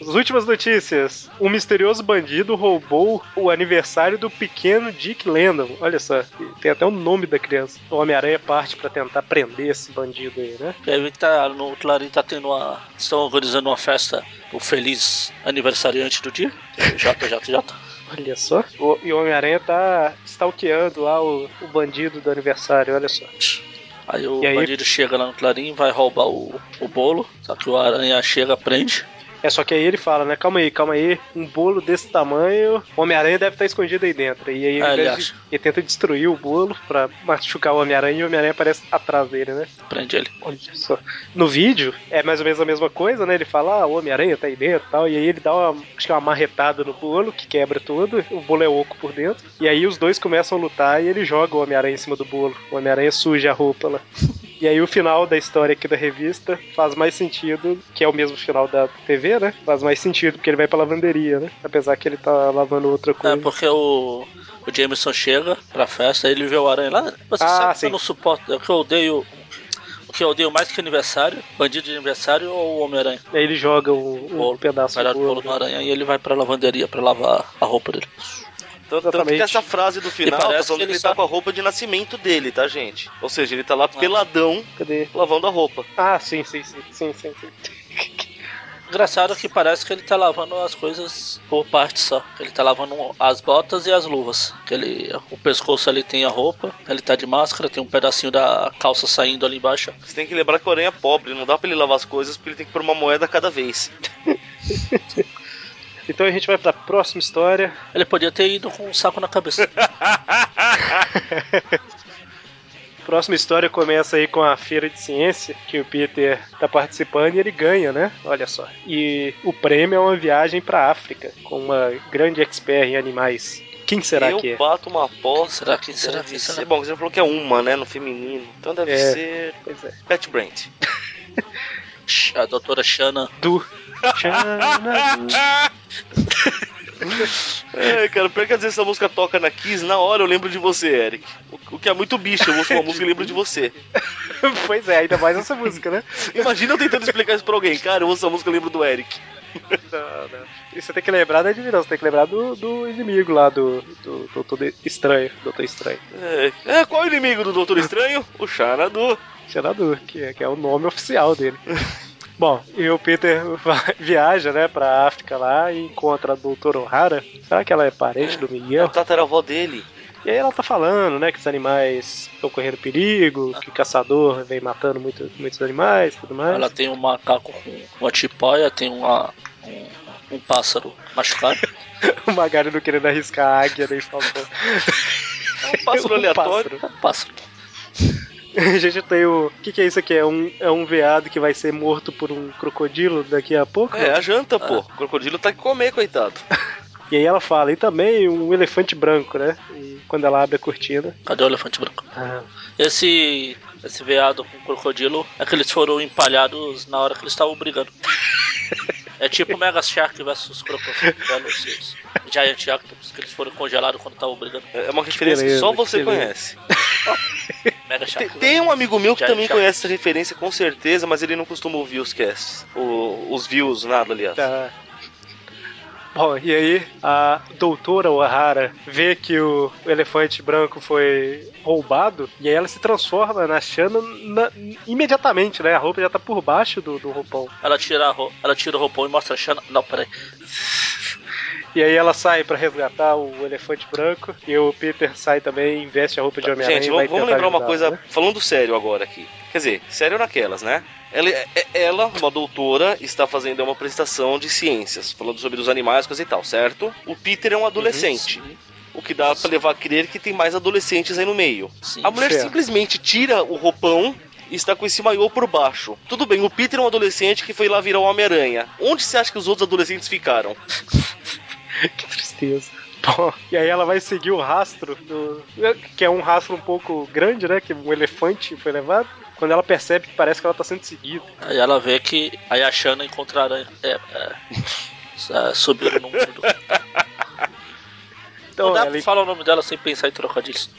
As últimas notícias. Um misterioso bandido roubou o aniversário do pequeno Dick Landon. Olha só, tem até o nome da criança. O Homem-Aranha parte pra tentar prender esse bandido aí, né? E aí vê que tá no Clarim tá tendo uma. Estão organizando uma festa. O feliz aniversariante do dia. Jota, Jota, Jota. Olha só. O- e o Homem-Aranha tá stalkeando lá o, o bandido do aniversário, olha só. Aí o E aí? bandido chega lá no Clarim, vai roubar o, o bolo. Só que o aranha chega, prende. É só que aí ele fala, né? Calma aí, calma aí. Um bolo desse tamanho, o Homem-Aranha deve estar escondido aí dentro. E aí Ah, ao ele invés de- acha. ele tenta destruir o bolo pra machucar o Homem-Aranha e o Homem-Aranha aparece atrás dele, né? Prende ele. Olha só. No vídeo é mais ou menos a mesma coisa, né? Ele fala, ah, o Homem-Aranha tá aí dentro e tal. E aí ele dá uma, acho que é uma marretada no bolo, que quebra tudo. O bolo é oco por dentro. E aí os dois começam a lutar e ele joga o Homem-Aranha em cima do bolo. O Homem-Aranha suja a roupa lá. E aí o final da história aqui da revista faz mais sentido, que é o mesmo final da TV, né? Faz mais sentido, porque ele vai pra lavanderia, né? Apesar que ele tá lavando outra É, coisa. porque o, o Jameson chega pra festa, ele vê o Aranha lá. Você Ah, sabe que sim. eu não suporto, é o que eu odeio. O que eu odeio mais que aniversário, bandido de aniversário ou o Homem-Aranha? E aí ele joga o, o Um pedaço pedaço do de bolo no bolo. aranha e ele vai pra lavanderia pra lavar a roupa dele. Tanto, tanto que Exatamente. essa frase do final parece tá falando que que ele ele só- tá com a roupa de nascimento dele, tá, gente? Ou seja, ele tá lá peladão Cadê? lavando a roupa. Ah, sim, sim, sim, sim, sim. sim. Engraçado que parece que ele tá lavando as coisas por parte só. Ele tá lavando as botas e as luvas. Que ele, o pescoço ali tem a roupa, ele tá de máscara, tem um pedacinho da calça saindo ali embaixo. Você tem que lembrar que o Aranha é pobre, não dá pra ele lavar as coisas porque ele tem que pôr uma moeda cada vez. Então a gente vai pra próxima história. Ele podia ter ido com um saco na cabeça. Próxima história começa aí com a feira de ciência que o Peter tá participando e ele ganha, né? Olha só. E o prêmio é uma viagem pra África com uma grande expert em animais. Quem será eu que é? bato uma aposta. Será que- será deve que- será? ser- Bom, você falou que é uma, né? No feminino. Então deve É. ser. Pois é. Pat Brent. A doutora Shanna. Du. Xana Du. É, cara, pior que às vezes essa música toca na Kiss, na hora eu lembro de você, Eric. O, o que é muito bicho, eu ouço uma música e lembro de você. pois é, ainda mais essa música, né? Imagina eu tentando explicar isso pra alguém. Cara, eu ouço essa música e lembro do Eric. Não, não. E você tem que lembrar da adivinança, você tem que lembrar do, do inimigo lá, do, do Doutor de- Estranho. Doutor Estranho. É, é, qual é o inimigo do Doutor Estranho? O Xanadu. senador, que é, que é o nome oficial dele. Bom, e o Peter vai- viaja, né, pra África lá e encontra a doutora O'Hara. Será que ela é parente do É o Miguel? tataravó dele. E aí ela tá falando, né, que os animais estão correndo perigo, que o caçador vem matando muito, muitos animais e tudo mais. Ela tem um macaco com uma tipóia, tem uma, um, um pássaro machucado. O Magari não querendo arriscar a águia nem faltou. É um pássaro Um aleatório. Um pássaro. A gente tem o... O que, que é isso aqui? É um, é um veado que vai ser morto por um crocodilo daqui a pouco? É, a janta, Ah. pô. O crocodilo tá que comer, coitado. E aí ela fala, e também um elefante branco, né? E quando ela abre a cortina... Cadê o elefante branco? Ah, Esse. Esse veado com crocodilo é que eles foram empalhados na hora que eles estavam brigando. É tipo Mega Shark versus crocodilos. Giant Octopus, que eles foram congelados quando estavam brigando. É uma referência que beleza, só que você beleza. conhece. Mega Tem, Shark. né? tem um amigo meu que Tá Já- também já- conhece essa referência com certeza, mas ele não costuma ouvir os casts. O- os views, nada, aliás. Tá. Bom, e aí a doutora O'Hara vê que o elefante branco foi roubado e aí ela se transforma na Xana na- imediatamente, né? A roupa já tá por baixo do, do roupão. Ela tira, a ro- ela tira o roupão e mostra a Xana. Não, peraí. E aí ela sai pra resgatar o elefante branco e o Peter sai também, veste a roupa de Homem-Aranha. Tá, Gente, e vamos, vai vamos tentar lembrar uma ajudar, coisa, né? falando sério agora aqui. Quer dizer, sério naquelas, né? Ela, é- é- ela, uma doutora, está fazendo uma apresentação de ciências, falando sobre os animais, coisa e tal, certo? O Peter é um adolescente. Uhum. O que dá pra levar a crer que tem mais adolescentes aí no meio. Sim. A mulher certo. simplesmente tira o roupão e está com esse maiô por baixo. Tudo bem, o Peter é um adolescente que foi lá virar o Homem-Aranha. Onde você acha que os outros adolescentes ficaram? Que tristeza. Bom, e aí ela vai seguir o rastro do. Que é um rastro um pouco grande, né? Que um elefante foi levado. Quando ela percebe que parece que ela tá sendo seguida. Aí ela vê que. Aí a Xana encontra a aranha. É, é. é, Subiram num mundo. Então, Não dá ela pra falar o nome dela sem pensar em trocadilhos.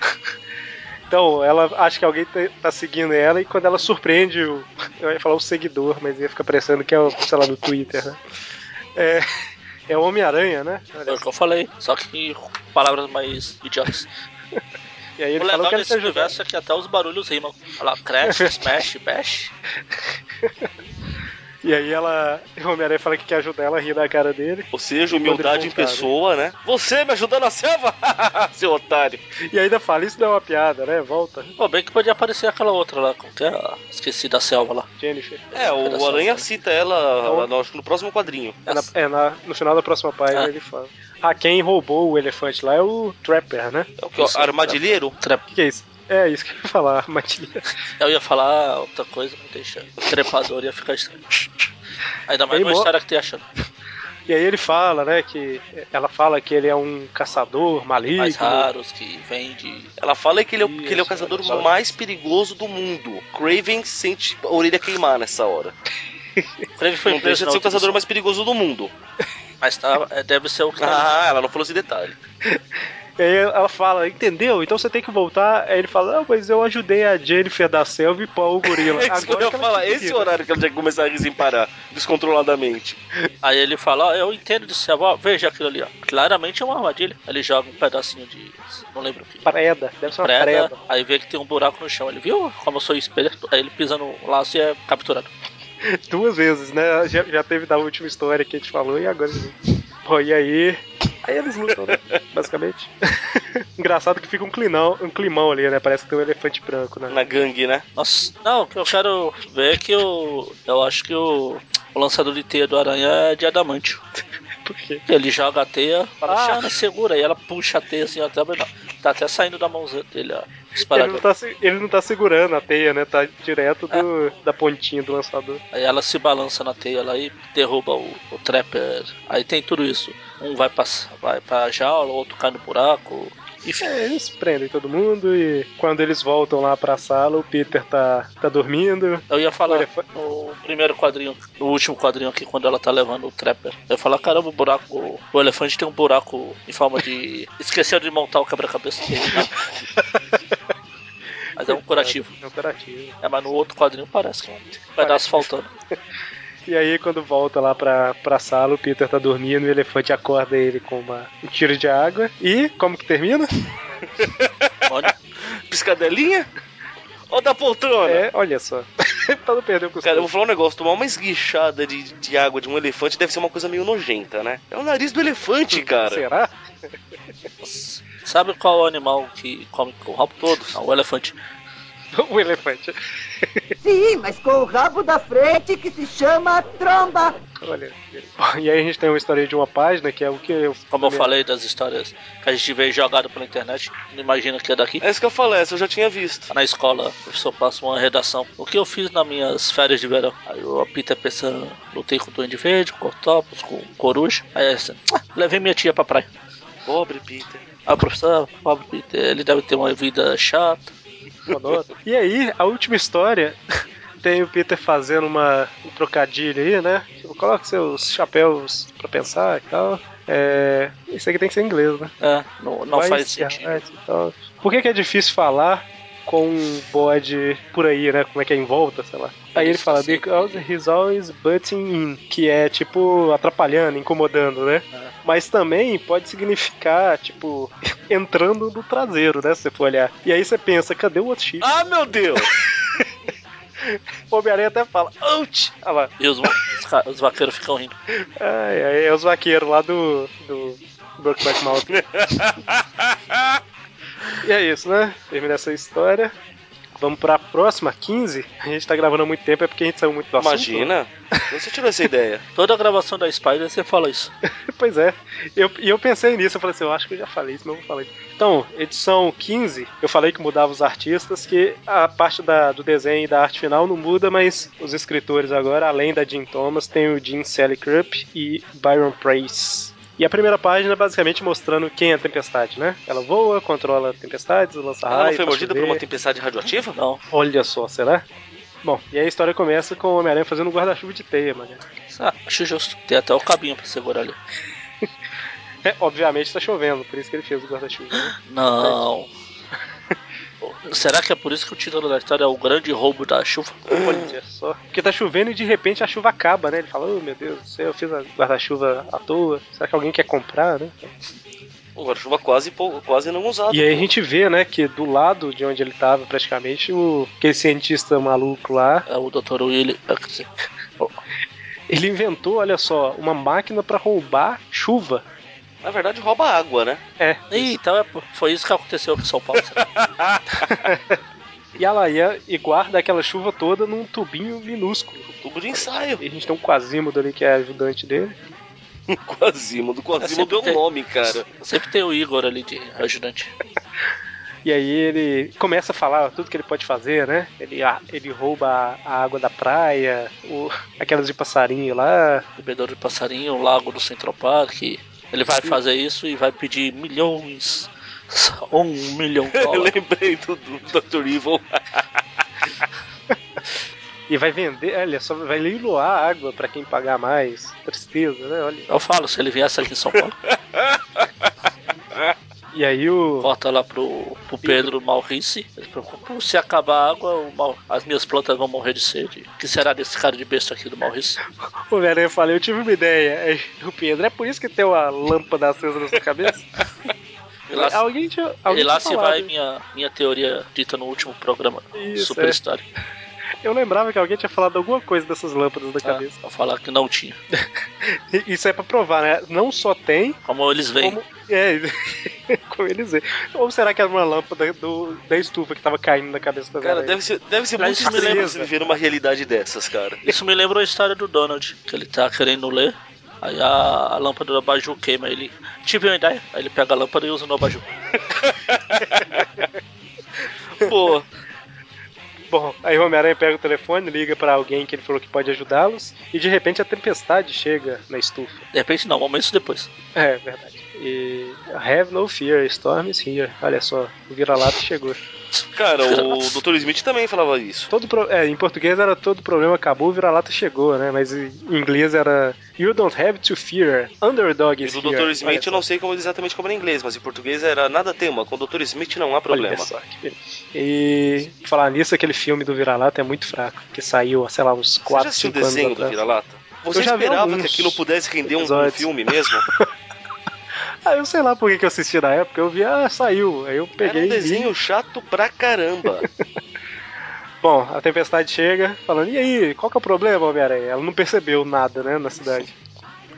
Então, ela acha que alguém tá- tá seguindo ela e quando ela surpreende o. Eu ia falar o seguidor, mas ia ficar parecendo que é o, sei lá, do Twitter, né? É. É o Homem-Aranha, né? Foi Olha, o que eu falei. Só que com palavras mais idiotas. e aí o ele legal fala que ele desse tá ajudando. universo é que até os barulhos rimam. Olha lá, crash, smash, bash. E aí ela. O Homem-Aranha fala que quer ajudar ela a rir na cara dele. Ou seja, Quando ele humildade em voltar, né? pessoa, né? Você me ajudou na selva? Seu otário. E ainda fala, isso não é uma piada, né? Volta, Pô, bem que podia aparecer aquela outra lá, como que é? Ah, Esqueci da selva lá. Jennifer. É, Era o só isso, Aranha né? cita ela lá no, acho que no próximo quadrinho. É, na- é na- no final da próxima página Ah. ele fala. Ah, quem roubou o elefante lá é o Trapper, né? É o que? ó, Isso, Armadilheiro? O que, que é isso? É isso que eu ia falar, armadilha. né? Eu ia falar outra coisa, mas deixa. Trepador ia ficar estranho. Ainda mais Bem uma mo- história que tem achando. E aí ele fala, né, que ela fala que ele é um caçador maligno. mais raros que vende. Ela fala que ele é, o- que ele é o Isso, caçador olha só. mais perigoso do mundo. Craven sente a orelha queimar nessa hora. Creve foi não preso deixa de na ser o caçador última- mais perigoso do mundo. mas tá, é, deve ser o que tá. Ah, ela não falou esse detalhe. E aí ela fala, entendeu? Então você tem que voltar. Aí ele fala, ah, mas eu ajudei a Jennifer da selva e pau o gorila. É isso que eu ia que ela falar. te Esse liga. horário que ela tinha que começar a rir sem parar, descontroladamente. Aí ele fala, ó, eu entendo de céu, ó, veja aquilo ali, ó. Claramente é uma armadilha. Ele joga um pedacinho de. não lembro o que. Preda, deve ser uma Preda, preda. aí vê que tem um buraco no chão. Ele viu como eu sou esperto. Aí ele pisa no laço e é capturado. Duas vezes, né? Já, já teve da última história que a gente falou e agora. de novo. Bom, e aí. Aí eles lutam, né? Basicamente. Engraçado que fica um climão, um climão ali, né? Parece que tem um elefante branco, né? Na gangue, né? Nossa, não, o que eu quero ver é que o. Eu acho que o, o lançador de teia do aranha é de adamante. Por quê? Ele joga a teia, fala, Ah. Chana, segura. E ela puxa a teia assim até. Tá até saindo da mãozinha dele, ó. os Ele não, paragramas. tá, se- ele não tá segurando a teia, né? Tá direto do, da pontinha do lançador. Aí ela se balança na teia lá e derruba o, o Trapper. Aí tem tudo isso. Um vai pra, vai pra jaula, outro cai no buraco. Enfim. É, eles prendem todo mundo e quando eles voltam lá pra sala, o Peter tá, tá dormindo. Eu ia falar Olha, foi- no primeiro quadrinho, no último quadrinho aqui, quando ela tá levando o Trapper. Eu ia falar, caramba, o buraco. O elefante tem um buraco em forma de. Esqueceu de montar o quebra-cabeça dele, né? Mas é um curativo. É um curativo. É, mas no outro quadrinho parece que é um pedaço faltando. E aí, quando volta lá pra, pra sala, o Peter tá dormindo e o elefante acorda ele com uma, um tiro de água. E como que termina? Olha, Piscadelinha? Ó da poltrona. É, olha só. pra não perder o Cara, eu vou costume. falar um negócio, tomar uma esguichada de, de água de um elefante deve ser uma coisa meio nojenta, né? É o nariz do elefante, cara. Será? sabe qual é o animal que come com o rabo todo? Não, o elefante. O Um elefante. Sim, mas com o rabo da frente que se chama tromba. Olha. Bom, e aí a gente tem uma história de uma página, que é o que eu. Como eu falei das histórias que a gente vê jogado pela internet, não imagina que é daqui. É isso que eu falei, essa eu já tinha visto. Na escola, o professor passa uma redação. O que eu fiz nas minhas férias de verão? Aí o Apita pensando, lutei com o Duende Verde, com o Octopus, com o Coruja. Aí ele assim, "Ah, levei minha tia pra praia. Pobre Peter. Aí o professor, ah, pobre Peter, ele deve ter uma vida chata. Monótono. E aí, a última história tem o Peter fazendo uma, um trocadilho aí, né? Tipo, Coloca seus chapéus pra pensar e tal. É, isso aqui tem que ser em inglês, né? É, não, não Vai faz encerrar sentido. e tal. Por que, que é difícil falar com um bode por aí, né? Como é que é em volta, sei lá. Aí ele fala, because he's always butting in, que é tipo atrapalhando, incomodando, né? É. Mas também pode significar, tipo, entrando no traseiro, né? Se você for olhar. E aí você pensa, cadê o outro chifre? Ah, meu Deus! O Homem-Aranha até fala, ouch! Ah lá. E os, os, ca- os vaqueiros ficam rindo. Ai, ai, é os vaqueiros lá do. do Brokeback Mountain. e é isso, né? Termina essa história. Vamos pra próxima, 15. A gente tá gravando há muito tempo, é porque a gente saiu muito do assunto. Imagina. Você tirou essa ideia. Toda a gravação da Spider você fala isso. Pois é. Eu, e eu pensei nisso, eu falei assim, eu acho que eu já falei isso, mas eu vou falar isso. Então, edição 15, eu falei que mudava os artistas, que a parte da- do desenho e da arte final não muda, mas os escritores agora, além da Jim Thomas, tem o Jim Sally Krupp e Byron Price. E a primeira página é basicamente mostrando quem é a tempestade, né? Ela voa, controla tempestades, lança Ela não raio, foi faz mordida por chover. uma tempestade radioativa? Não, Olha só, será? Bom, e aí a história começa com o Homem-Aranha fazendo um guarda-chuva de teia, mano. ah, acho justo. Tem até o cabinho pra segurar ali. É, obviamente tá chovendo, por isso que ele fez o guarda-chuva. né? Não. Será que é por isso que o título da história é o grande roubo da chuva? Olha só. Porque tá chovendo e de repente a chuva acaba, né? Ele fala, oh, meu Deus do céu, eu fiz a guarda-chuva à toa. Será que alguém quer comprar, né? O guarda-chuva quase, pou- quase não usado. E aí a gente vê, né, que do lado de onde ele tava, praticamente, o aquele cientista maluco lá, É o Dr. Willy. é, quer dizer, ele inventou, olha só, uma máquina pra roubar chuva. Na verdade, rouba água, né? É. Ih, então é, foi isso que aconteceu aqui em São Paulo. será? E a Laia e guarda aquela chuva toda num tubinho minúsculo. Tubo de ensaio. E a gente tem um quasímodo ali que é ajudante dele. Quasimodo. Quasimodo é sempre o nome, cara. Sempre tem o Igor ali de ajudante. E aí ele começa a falar tudo que ele pode fazer, né? Ele, a- ele rouba a- a água da praia, o- aquelas de passarinho lá, Bebedouro de passarinho, o lago do Central Park. Ele vai fazer isso e vai pedir milhões. Um milhão de Eu dólares. lembrei do, do Dr. Evil. E vai vender, olha, só vai leiloar a água pra quem pagar mais. Tristeza, né? Olha. Eu falo, se ele viesse aqui em São Paulo, E aí o. corta lá pro, pro Pedro Maurice. Ele preocupa, se acabar a água, o Mau- as minhas plantas vão morrer de sede. O que será desse cara de besta aqui do Maurice? O velho fala, eu tive uma ideia. Aí o Pedro, é por isso que tem uma lâmpada acesa na sua cabeça? E lá, alguém te. Alguém e lá tinha se falado. vai minha, minha teoria dita no último programa. Isso, é, Superstar. Eu lembrava que alguém tinha falado alguma coisa dessas lâmpadas da Ah, cabeça. pra falar que não tinha. E- Isso é pra provar, né? Não só tem, Como eles veem. como. É, como eles dizem. Ou será que era uma lâmpada do, da estufa que tava caindo na cabeça da Cara, velha? deve ser, deve ser Mas muito isso me estranho lembra- você viver uma realidade dessas, cara. Isso me lembra a história do Donald, que ele tá querendo ler. Aí a, a lâmpada do abajur queima. Ele tive uma ideia. Aí ele pega a lâmpada e usa no abajur. Pô, Bom, aí o Homem-Aranha pega o telefone, liga pra alguém que ele falou que pode ajudá-los, e de repente a tempestade chega na estufa. De repente, não, momentos depois. É, verdade. E have no fear, storm is here. Olha só, o vira-lata chegou. cara, o Dr. Smith também falava isso. Todo pro- é, em português era todo problema acabou, o vira-lata chegou, né? Mas em inglês era You don't have to fear, underdog E is do here. Dr. Smith eu é. não sei como exatamente como era em inglês, mas em português era nada tema, com o Dr. Smith não há Olha problema. só, que beleza. E falar nisso, aquele filme do Vira-Lata é muito fraco, que saiu, sei lá, uns Você já 4, assistiu o 5 anos desenho do atrás. Vira-Lata? Você já vi esperava que alguns aquilo pudesse render um, um episódios. filme mesmo? Ah, eu sei lá por que que eu assisti na época, eu vi, ah, saiu, aí eu Era peguei um e vi. desenho chato pra caramba. Bom, a tempestade chega, falando, e aí, qual que é o problema, Homem-Aranha? Ela não percebeu nada, né, na cidade.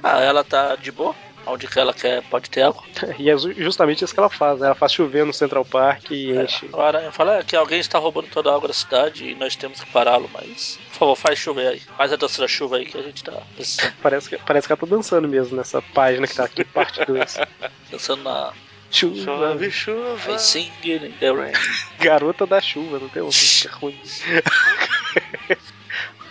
Ah, ela tá de boa. Onde que ela quer, pode ter água. E é ju- justamente isso que ela faz, né? Ela faz chover no Central Park e enche. O aranha fala "É, que alguém está roubando toda a água da cidade e nós temos que pará-lo, mas por favor, faz chover aí. Faz a dança da chuva aí que a gente tá precisando. Parece que, parece que ela tá dançando mesmo nessa página que tá aqui, parte 2. Dançando na Chuva, Chove, chuva. Ah. I sing it in the rain. garota da chuva, não tem uma música ruim.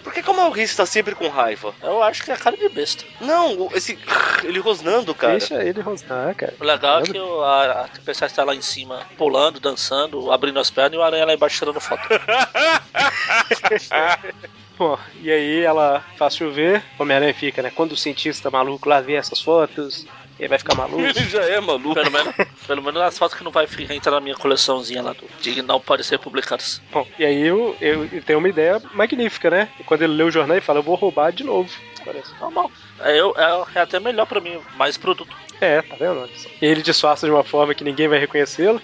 Por que, que o Maurício tá sempre com raiva? Eu acho que é a cara de besta. Não, o- esse. Ele rosnando, cara. Deixa ele rosnar, cara. O legal é Lembra? que o, a, a tempestade está lá em cima, pulando, dançando, abrindo as pernas e o aranha lá embaixo tirando foto. Bom, e aí ela faz chover, Homem-Aranha fica, né? Quando o cientista maluco lá vê essas fotos, ele vai ficar maluco. Ele já é maluco. Pelo menos, pelo menos as fotos que não vai fi- entrar na minha coleçãozinha lá do de não podem ser publicadas. Bom, e aí eu, eu, eu tenho uma ideia magnífica, né? Quando ele lê o jornal e fala, eu vou roubar de novo. Parece. Tá Normal. É, eu, é, é até melhor pra mim, mais produto. É, tá vendo? Olha só. Ele disfarça de uma forma que ninguém vai reconhecê-lo.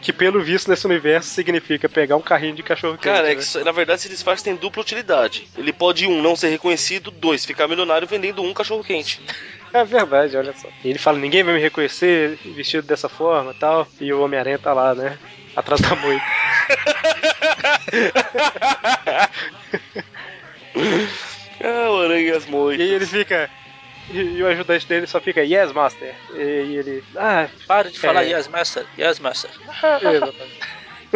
Que pelo visto nesse universo significa pegar um carrinho de cachorro quente. Cara, é né? que isso- na verdade esse disfarce tem dupla utilidade. Ele pode, um, não ser reconhecido, dois, ficar milionário vendendo um cachorro-quente. É verdade, olha só. E ele fala, ninguém vai me reconhecer vestido dessa forma e tal. E o Homem-Aranha tá lá, né? Atrás da moita. Ah, o Aranhas E aí Moitas. ele fica. E, e o ajudante dele só fica, yes, master. E, e ele. Ah, Para de É. falar yes, master, yes, master. Exatamente.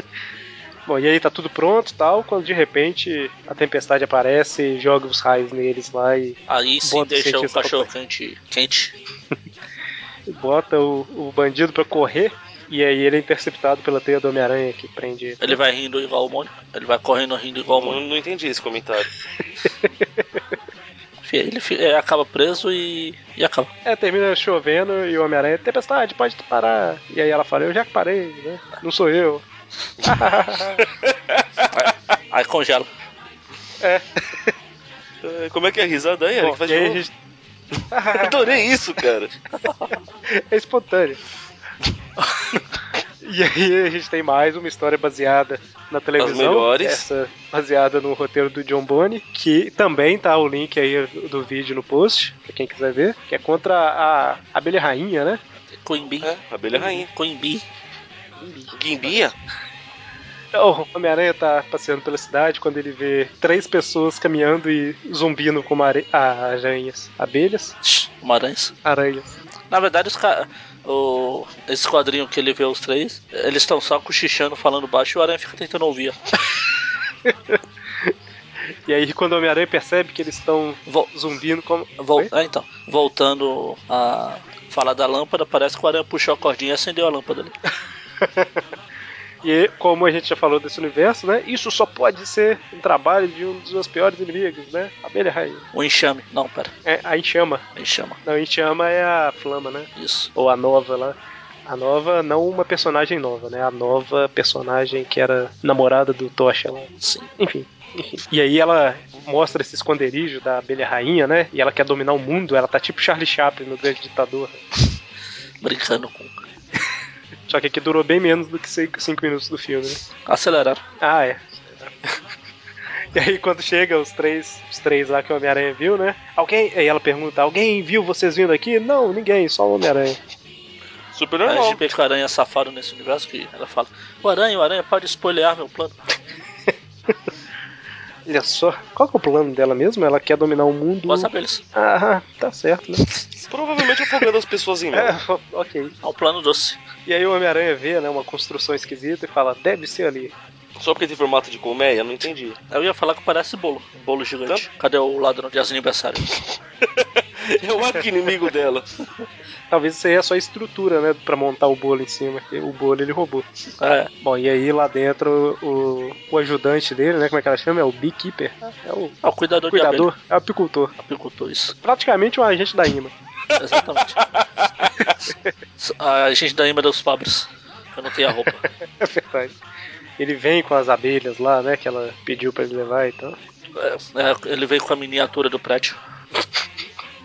Bom, e aí tá tudo pronto e tal, quando de repente a tempestade aparece e joga os raios neles lá e Aí sim Bota o deixa o cientista cachorro quente, quente. bota o, o bandido pra correr. E aí ele é interceptado pela teia do Homem-Aranha que prende ele. Ele vai rindo igual o Mônio. Ele vai correndo rindo igual o Não, Mônio. não entendi esse comentário. Fi- Ele fi- é, acaba preso e, e acaba. É, termina chovendo e o Homem-Aranha, tempestade, pode parar. E aí ela fala, eu já que parei, né? Não sou eu. Aí congela. Ah, Como é que é a risada aí, Eric? Bom, Faz e de aí a novo. gente- Eu Adorei isso, cara. é espontâneo. E aí a gente tem mais uma história baseada na televisão. melhores. Essa baseada no roteiro do John Boni, que também tá o link aí do vídeo no post, pra quem quiser ver, que é contra a abelha rainha, né? Queen Bee. É, abelha rainha. Queen Bee. Guimbinha? Então, o Homem-Aranha tá passeando pela cidade quando ele vê três pessoas caminhando e zumbindo como are... ah, aranhas. Abelhas? Uma aranha. Aranhas. Na verdade, os ca- o- esse quadrinho que ele vê os três, eles estão só cochichando, falando baixo e o Aranha fica tentando ouvir. E aí, quando o Homem-Aranha percebe que eles estão Vol- zumbindo como. vol- Oi? ah, então, voltando a falar da lâmpada, parece que o Aranha puxou a cordinha e acendeu a lâmpada ali. E como a gente já falou desse universo, né? Isso só pode ser um trabalho de um dos meus piores inimigos, né? A Abelha rainha. O enxame. Não, pera. É, a enxama. Enxama. Não, a enxama é a flama, né? Isso. Ou a nova lá. A nova, não uma personagem nova, né? A nova personagem que era namorada do Tocha lá. Sim. Enfim. enfim. E aí ela mostra esse esconderijo da abelha rainha, né? E ela quer dominar o mundo, ela tá tipo Charlie Chaplin no Grande Ditador. Brincando com. Só que aqui durou bem menos do que 5 minutos do filme, né? Aceleraram. Ah, é. E aí quando chega os três, os três lá que o Homem-Aranha viu, né? Alguém, aí ela pergunta: "Alguém viu vocês vindo aqui?" Não, ninguém, só o Homem-Aranha. Super Tá A normal. gente vê que o Aranha é safado nesse universo que ela fala: O Aranha, o Aranha pode spoilear meu plano. Uhum. Olha só, qual que é o plano dela mesmo? Ela quer dominar o mundo. Pode saber isso. Ah, tá certo, né? Provavelmente é afogando as pessoas em É, mel. ok. É um plano doce. E aí o Homem-Aranha vê, né, uma construção esquisita e fala: "Deve ser ali". Só porque tem formato de colmeia, não entendi. Eu ia falar que parece bolo. Um bolo gigante. Cadê o ladrão de aniversário? É o arco inimigo dela. Talvez isso aí é só a estrutura, né, pra montar o bolo em cima, que o bolo ele roubou. É, Bom, e aí lá dentro o, o ajudante dele, né, como é que ela chama? É o beekeeper. É o é o cuidador, cuidador, é o apicultor. de abelha. Apicultor, isso. praticamente um agente da IMA. Exatamente. a gente da Ima dos Fabres. Eu não tenho a roupa. É verdade. Ele vem com as abelhas lá, né? Que ela pediu pra ele levar e tal. É, é, ele veio com a miniatura do prédio.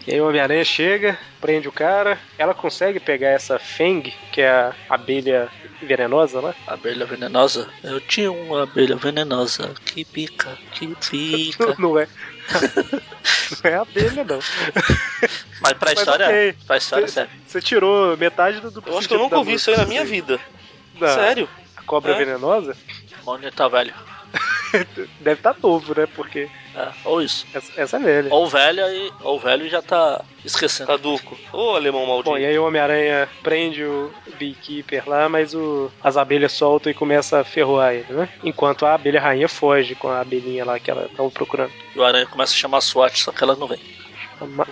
E aí o Homem-Aranha chega, prende o cara. Ela consegue pegar essa Feng, que é a abelha venenosa lá. Abelha venenosa. Eu tinha uma abelha venenosa. Que pica, que pica. Não é. Não é abelha, não. Mas pra Mas história, ok. pra história Você- serve. Você tirou metade do. do Eu acho que eu nunca ouvi isso aí na minha vida. Da- Sério? A cobra É. venenosa? Mônio tá velho. Deve estar novo, né? Porque É, ou isso. essa, essa é velha. Ou velha e. Ou velho e já tá esquecendo. Caduco. Ô, alemão Bom, e maldito. aí o Homem-Aranha prende o Beekeeper lá, mas o- as abelhas soltam e começa a ferroar ele, né? Enquanto a abelha rainha foge com a abelhinha lá que ela tava procurando. E o aranha começa a chamar a SWAT, só que ela não vem. Ma-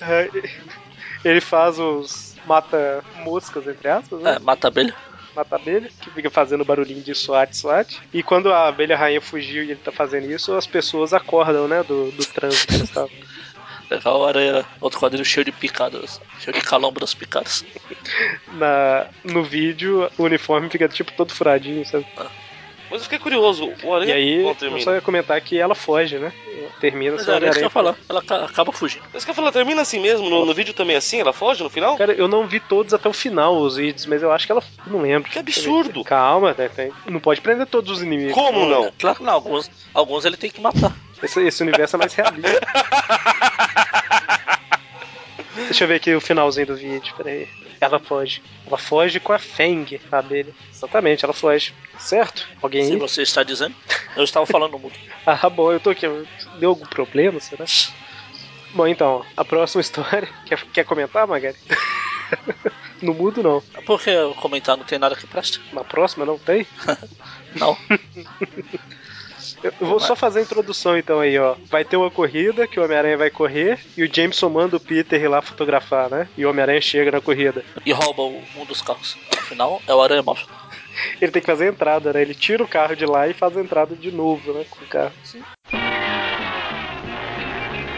Ai, ele faz os mata-moscas, entre aspas, né? É, mata a abelha. Mata abelha, que fica fazendo barulhinho de SWAT, SWAT. E quando a abelha rainha fugiu e ele tá fazendo isso, as pessoas acordam, né? Do, do trânsito que elas estavam. Legal, o aranha. Outro quadrinho cheio de picadas. Cheio de calambras picadas. na, no vídeo, o uniforme fica tipo todo furadinho, sabe? Mas eu fiquei curioso. O E aranha aí, Bom, eu termina. só ia comentar que ela foge, né? Termina Mas sem é, era isso que Homem-Aranha. eu ia falar. Ela ca- acaba fugindo. Mas que eu falar, termina assim mesmo? No, no vídeo também é assim? Ela foge no final? Cara, eu não vi todos até o final os vídeos, mas eu acho que ela. Não lembro. Que absurdo. Calma, né? tem- não pode prender todos os inimigos. Como não? Claro que não, alguns, alguns ele tem que matar. Esse, esse universo é mais realista. Deixa eu ver aqui o finalzinho do vídeo, peraí. Ela foge. Ela foge com a Feng, a abelha. Exatamente, ela foge. Certo? Alguém Se aí? você está dizendo, eu estava falando muito. Ah, bom, eu tô aqui. Deu algum problema, será? Bom, então, a próxima história. Quer, quer comentar, Magari? não mudo, não. Porque eu comentar não tem nada que preste. Na próxima não tem? Não. Eu eu vou só fazer a introdução, então, aí, ó. Vai ter uma corrida que o Homem-Aranha vai correr e o Jameson manda o Peter ir lá fotografar, né? E o Homem-Aranha chega na corrida. E rouba o- um dos carros. Afinal, é o Aranha Máfia. Ele tem que fazer a entrada, né? Ele tira o carro de lá e faz a entrada de novo, né? Com o carro.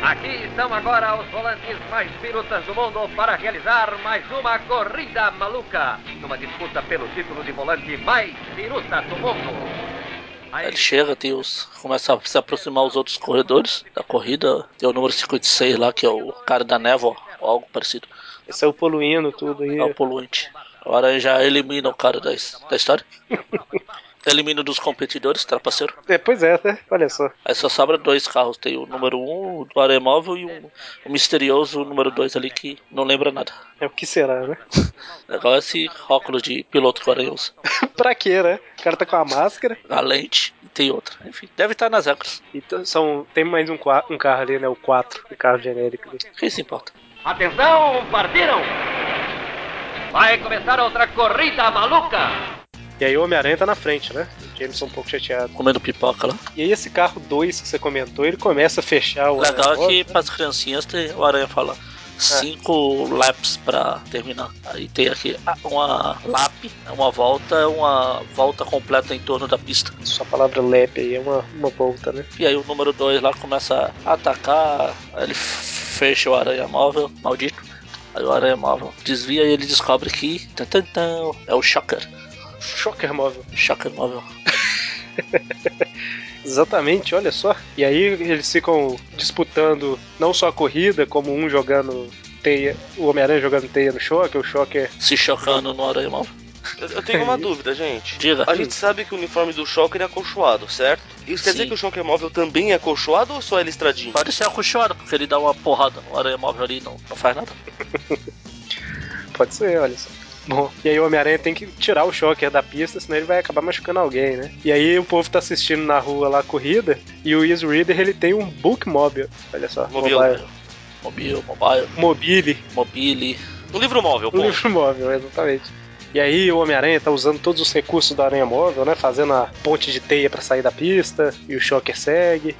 Aqui estão agora os volantes mais pirutas do mundo para realizar mais uma corrida maluca. Numa disputa pelo título de volante mais piruta do mundo. Ele chega, tem os. começa a se aproximar os outros corredores da corrida. Tem o número 56 lá, que é o cara da névoa, ou algo parecido. Ele saiu é poluindo tudo aí. É o poluente. O Aranha já elimina o cara da, his- da história. elimina dos competidores, trapaceiro. É, pois é, né? Olha só. Aí só sobra dois carros. Tem o número 1, um, o do aeromóvel e o, o misterioso número 2 ali que não lembra nada. É o que será, né? Legal esse óculos de piloto que o Aranha usa. pra quê, né? O cara tá com a máscara. A lente e tem outra. Enfim, deve estar nas regras. Então, são, tem mais um, qua- um carro ali, né? O 4, um carro genérico. ali. Quem se importa? Atenção, partiram! Vai começar outra corrida maluca! E aí o Homem-Aranha tá na frente, né? O Jameson um pouco chateado. Comendo pipoca lá. E aí esse carro 2 que você comentou, ele começa a fechar o... Legal é que aeromóvel, pras criancinhas tem, o Aranha fala. Cinco laps pra terminar. Aí tem aqui ah, uma lap, uma volta, uma volta completa em torno da pista. né? Sua palavra lap aí é uma, uma volta, né? E aí o número 2 lá começa a atacar, aí ele f- fecha o aranha móvel, maldito. Aí o aranha móvel desvia e ele descobre que tan, tan, tan, é o Shocker. Shocker móvel. Shocker móvel. Exatamente, olha só. E aí eles ficam disputando não só a corrida, como um jogando teia, o Homem-Aranha jogando teia no choque, é, o Shocker. Se chocando no aranha móvel. Eu, eu tenho uma dúvida, gente. Diga. A gente sabe que o uniforme do Shocker é acolchoado, certo? Isso quer Sim. dizer que o Shocker móvel também é acolchoado ou só é listradinho? Pode ser acolchoado, porque ele dá uma porrada no aranha móvel ali e não, não faz nada. Pode ser, olha só. Bom, e aí o Homem-Aranha tem que tirar o Shocker da pista, senão ele vai acabar machucando alguém, né? E aí o povo tá assistindo na rua lá a corrida, e o Is Reader ele tem um book mobile. Olha só, Mobile. Mobile, mobile, Mobile, mobile. Um livro móvel, um pô. livro móvel, exatamente. E aí o Homem-Aranha tá usando todos os recursos do Aranha Móvel, né? Fazendo a ponte de teia pra sair da pista, e o Shocker segue.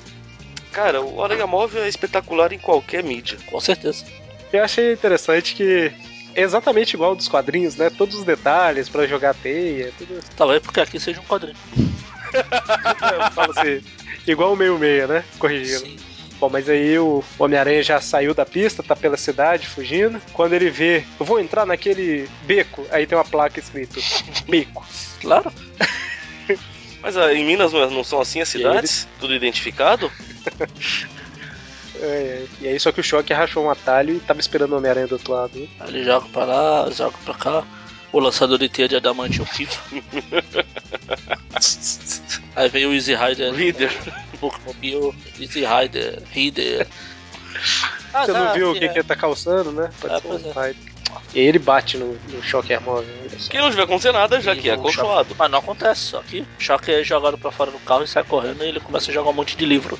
Cara, o Aranha Móvel é espetacular em qualquer mídia. Com certeza. Eu achei interessante que é exatamente igual ao dos quadrinhos, né? Todos os detalhes pra jogar teia, tudo. Talvez porque aqui seja um quadrinho. Eu falo assim, igual o meio-meia, né? Corrigindo. Sim. Bom, mas aí o Homem-Aranha já saiu da pista, tá pela cidade fugindo. Quando ele vê, eu vou entrar naquele beco, aí tem uma placa escrito beco. Claro. Mas ah, em Minas não não são assim as E aí ele- cidades? Tudo identificado? É, é. E aí só que o choque rachou um atalho e tava esperando o Homem-Aranha do outro lado. né? Aí ele joga pra lá, joga pra cá. O lançador de teia de adamante, o FIFA. Aí veio o Easy Rider. Líder. Bookmobile, Easy Rider, Rider. Você não viu o que, que ele tá calçando, né? Pode Ah, ser pois um é. raio. E aí ele bate no, no choque móvel. olha só. Que não devia acontecer nada, já que é E o choque- acolchoado. Mas não acontece, só que o Shocker é jogado pra fora do carro e sai correndo e ele começa a jogar um monte de livro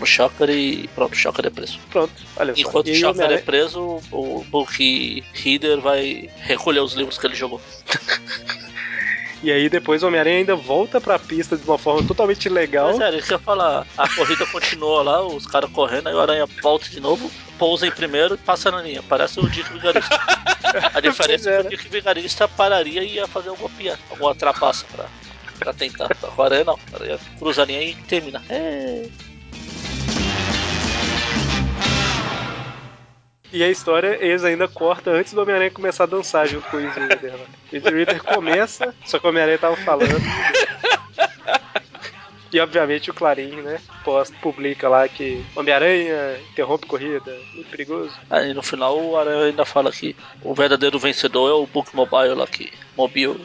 no Shocker e pronto, o Shocker é preso. Pronto, olha só. Enquanto E né? aí o o Shocker é Homem-Aranha- preso, o Book Reader vai recolher os livros que ele jogou. E aí depois o Homem-Aranha ainda volta pra pista de uma forma totalmente legal. Mas é- sério, isso que eu ia falar, a corrida continua lá, os caras correndo, aí o Aranha volta de novo, pousa em primeiro e passa na linha. Parece o Dick Vigarista. A diferença Pois é, é, né? que o Dick Vigarista pararia e ia fazer alguma piada, alguma trapaça pra, pra tentar. O Aranha não, o Aranha cruza a linha e termina. É. E a história, eles ainda cortam antes do Homem-Aranha começar a dançar junto com o Easy Reader lá. O Easy Reader começa, só que o Homem-Aranha tava falando. E obviamente o Clarim, né? Posta, publica lá que Homem-Aranha interrompe corrida, muito perigoso. Aí no final o Aranha ainda fala que o verdadeiro vencedor é o Book Mobile lá que mobile.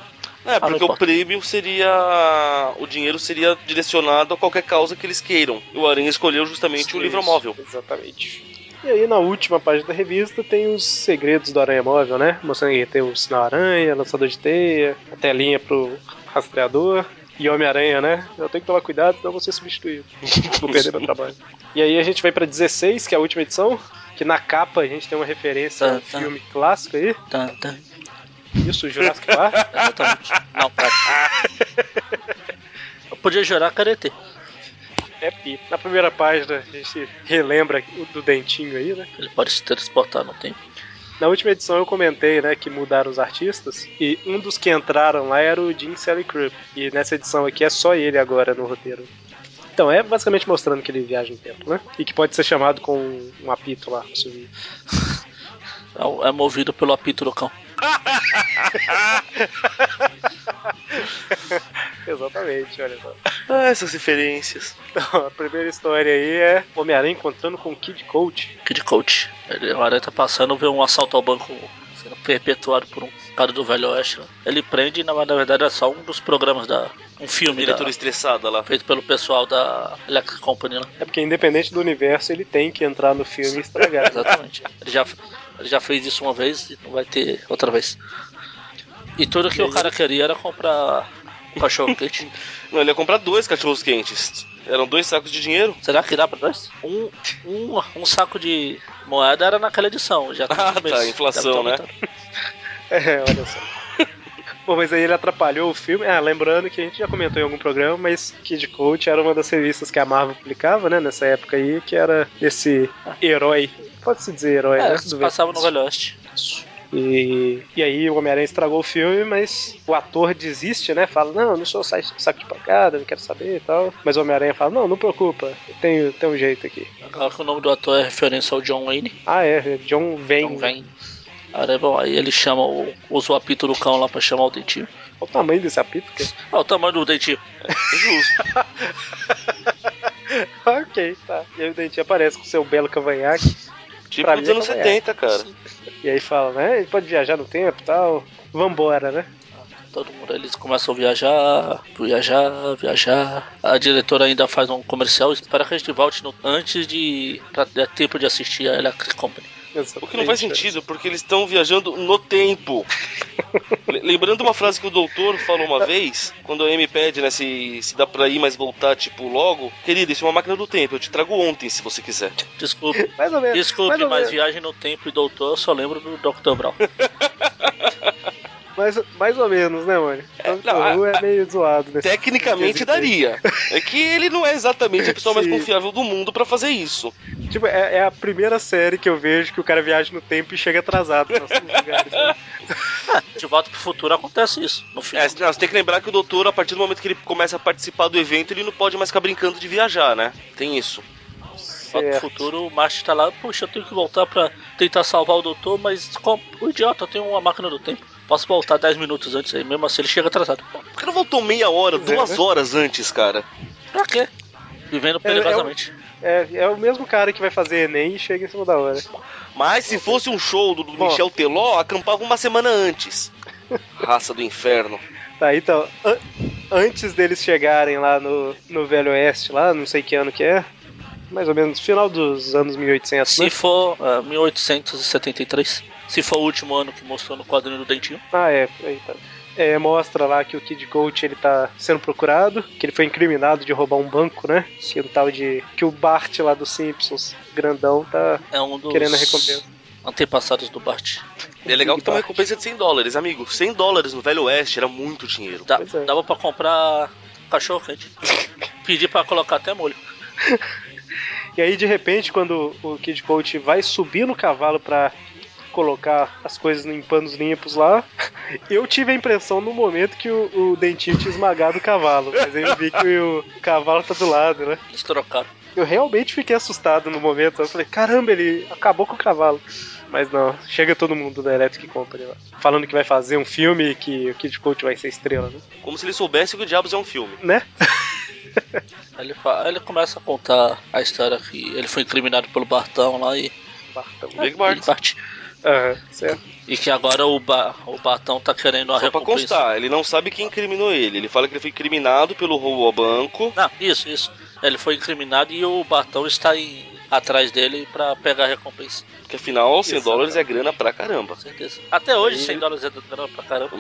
não É, porque o importa. prêmio seria. O dinheiro seria direcionado a qualquer causa que eles queiram. E o Aranha escolheu justamente o um livro Isso, móvel. Exatamente. E aí na última página da revista tem os segredos do Aranha Móvel, né? Mostrando que tem o sinal aranha, lançador de teia, a telinha pro rastreador. E Homem-Aranha, né? Eu tenho que tomar cuidado, senão eu vou ser substituído. Vou perder meu trabalho. E aí a gente vai pra 16, que é a última edição. Que na capa a gente tem uma referência a um Tá, tá. filme clássico aí. Tan, tan. Isso, Jurassic Park. Exatamente. Não, cara. Eu podia jurar carete. É pi. Na primeira página a gente relembra o do dentinho aí, né? Ele pode se transportar no tempo. Na última edição eu comentei, né, que mudaram os artistas e um dos que entraram lá era o Jim Sally Crupp. E nessa edição aqui é só ele agora no roteiro. Então é basicamente mostrando que ele viaja no tempo, né? E que pode ser chamado com um apito lá. subir. É o- É movido pelo apito do cão. Exatamente, olha só. Ah, essas referências. Então, a primeira história aí é Homem-Aranha encontrando com o Kid Coach. Kid Coach. Ele, o Aranha tá passando, vê um assalto ao banco sendo perpetuado por um cara do Velho Oeste. né? Ele prende, na- mas na verdade é só um dos programas da. Um filme da, Diretora estressada lá. feito pelo pessoal da Electric Company lá. É porque, independente do universo, ele tem que entrar no filme e estragar. né? Exatamente. Ele já, ele já fez isso uma vez e não vai ter outra vez. E tudo que o cara queria era comprar um cachorro quente. Não, ele ia comprar dois cachorros quentes. Eram dois sacos de dinheiro. Será que dá pra nós? Um, um, um saco de moeda era naquela edição. Já que Ah, eles- tá, inflação, devem ter né? aumentado. É, olha só. Bom, mas aí ele atrapalhou o filme. Ah, lembrando que a gente já comentou em algum programa, mas Kid Coach era uma das revistas que a Marvel publicava, né, nessa época aí, que era esse herói. Pode-se dizer herói, né? É, se do passava no Versus. Velho Oeste. E, e aí o Homem-Aranha estragou o filme, mas o ator desiste, né? Fala, não, eu não sou sa- saco de pancada, não quero saber e tal. Mas o Homem-Aranha fala, não, não preocupa, tem, tem um jeito aqui. Agora que o nome do ator é referência ao John Wayne. Ah, é, é John Wayne. Então vem. Agora, bom, aí ele chama o. usa o apito do cão lá pra chamar o dentinho. Olha o tamanho desse apito, cara. Olha o tamanho do dentinho. É Justo. ok, tá. E aí o Dentinho aparece com seu belo cavanhaque. Tipo Pra dos mim, anos também é. 70, cara. E aí fala, né? Ele pode viajar no tempo e tal. Vambora, né? Todo mundo, eles começam a viajar, viajar, viajar. A diretora ainda faz um comercial para que a gente volte no- antes de. pra dar tempo de assistir a Electric Company. O que não Exatamente. faz sentido, porque eles estão viajando no tempo. Le- Lembrando uma frase que o doutor falou uma vez, quando a Amy pede, né, se, se dá pra ir, mas voltar, tipo, logo. Querido, isso é uma máquina do tempo, eu te trago ontem, se você quiser. Desculpe. Mais ou menos. Desculpe, mais ou mas menos. Viagem no Tempo e Doutor, eu só lembro do Dr. Brown. Mais, mais ou menos, né, mano? É, não, a- o Who é meio zoado nesse Tecnicamente quesito aí. daria. É que ele não é exatamente a pessoa mais Sim. confiável do mundo pra fazer isso. Tipo, é, é a primeira série que eu vejo que o cara viaja no tempo e chega atrasado pra alguns lugares. né? De volta pro futuro acontece isso. No filme. É, não, você tem que lembrar que o doutor, a partir do momento que ele começa a participar do evento, ele não pode mais ficar brincando de viajar, né? Tem isso. Volta Certo. pro futuro, o Marte tá lá, puxa, eu tenho que voltar pra tentar salvar o doutor, mas com- o idiota, eu tenho uma máquina do tempo. Posso voltar 10 minutos antes aí, mesmo assim ele chega atrasado. O cara voltou meia hora, Pois é, duas né? horas antes, cara. Pra quê? Vivendo é o- perigosamente. É, é o mesmo cara que vai fazer Enem e chega em cima da hora. Mas se fosse um show do, do Bom. Michel Teló, acampava uma semana antes. Raça do inferno. Tá, então, an- antes deles chegarem lá no, no Velho Oeste, lá, não sei que ano que é, mais ou menos final dos anos 1800, né? Se for ah, 1873, se for o último ano que mostrou no quadrinho do Dentinho, Ah, é, por aí tá. É, mostra lá que o Kid Coach ele tá sendo procurado, que ele foi incriminado de roubar um banco, né? Que um tal de. Que o Bart lá dos Simpsons, grandão, tá é um dos querendo a recompensa. antepassados do Bart. É legal que tem uma recompensa de 100 dólares, amigo. 100 dólares no Velho Oeste era muito dinheiro. Dá, Pois é. Dava pra comprar cachorro quente. Pedir pra colocar até molho. E aí, de repente, quando o Kid Coach vai subir no cavalo pra colocar as coisas em panos limpos lá, eu tive a impressão no momento que o, o Dentinho tinha esmagado o cavalo, mas aí eu vi que o cavalo tá do lado, né? Eles trocaram. Eu realmente fiquei assustado no momento. Eu falei, caramba, ele acabou com o cavalo. Mas não, chega todo mundo da Electric Company lá. Falando que vai fazer um filme e que o Kid Coach vai ser estrela, né? Como se ele soubesse que o Diabos é um filme. né? Aí ele, fa- aí ele começa a contar a história que ele foi incriminado pelo Bartão lá e. Bartão. Big Bart. e Bart. Aham, certo. E que agora o, ba o Bartão tá querendo a Só É pra recompensa. constar, ele não sabe quem incriminou ele. Ele fala que ele foi incriminado pelo roubo ao banco. Não, isso, isso. Ele foi incriminado e o Bartão está em- atrás dele pra pegar a recompensa. Porque afinal, 100 Isso, dólares é grana pra caramba. Com certeza. Até hoje, E- 100 dólares é grana pra caramba.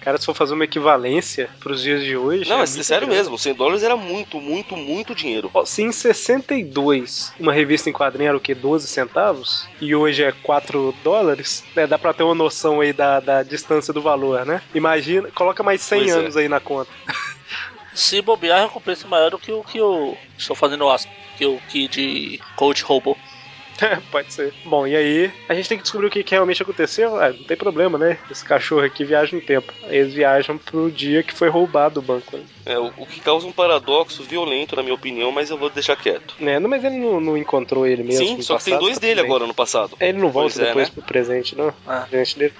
Cara, se for fazer uma equivalência pros dias de hoje. Não, é muito sério grande. mesmo. 100 dólares era muito, muito, muito dinheiro. Ó, Se em 62 uma revista em quadrinho era o que? 12 centavos? E hoje é 4 dólares? né, dá pra ter uma noção aí da, da distância do valor, né? Imagina, coloca mais 100 Pois é. anos aí na conta. Se bobear, a recompensa é maior do que o que o. Estou fazendo asco. Que o Kid Coach roubou. Pode ser. Bom, e aí a gente tem que descobrir o que, que realmente aconteceu. Ah, não tem problema, né? Esse cachorro aqui viaja no tempo. Eles viajam pro dia que foi roubado o banco. né? É, o, o que causa um paradoxo violento, na minha opinião, mas eu vou deixar quieto. Né? Não, mas ele não, não encontrou ele mesmo. Sim, no só que tem passado, dois tá dele tudo bem. agora no passado. Ele não volta Pois é, depois né? pro presente, não? Ah. Presente dele.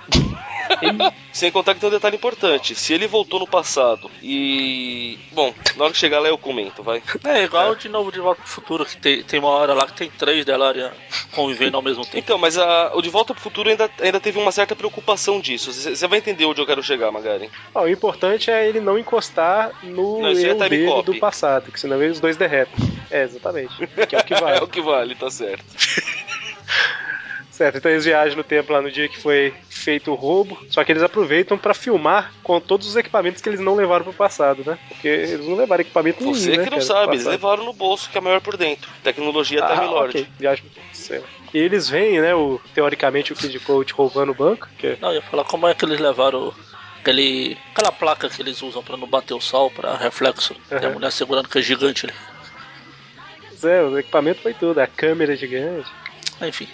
Sem contar que tem um detalhe importante. Se ele voltou no passado e. Bom, na hora que chegar lá eu comento, vai. É igual de novo de volta pro futuro, que tem, tem uma hora lá que tem três Delarian convivendo ao mesmo tempo. Então, mas a- o De Volta pro Futuro ainda, ainda teve uma certa preocupação disso. Você vai entender onde eu quero chegar, Magari. Ó, o importante é ele não encostar no Não, isso aí é eu time dele copy. do passado, que senão eles dois derretem. É, exatamente. Que é o que É o vale. que vale, tá certo. certo, então eles viajam no tempo lá no dia que foi feito o roubo, só que eles aproveitam pra filmar com todos os equipamentos que eles não levaram pro passado, né? Porque eles não levaram equipamento nenhum, Você né, que cara, não pro sabe, eles passado. levaram no bolso, que é maior por dentro. Tecnologia Ah, Time Lord. ok, viagem pro tempo, sei lá. E eles veem, né, o, teoricamente, o Kid Coach roubando o banco, que é Não, eu ia falar como é que eles levaram aquele, aquela placa que eles usam pra não bater o sol, pra reflexo. Tem a Aham. mulher segurando que é gigante ali. Zé, o equipamento foi tudo, a câmera é gigante. Enfim,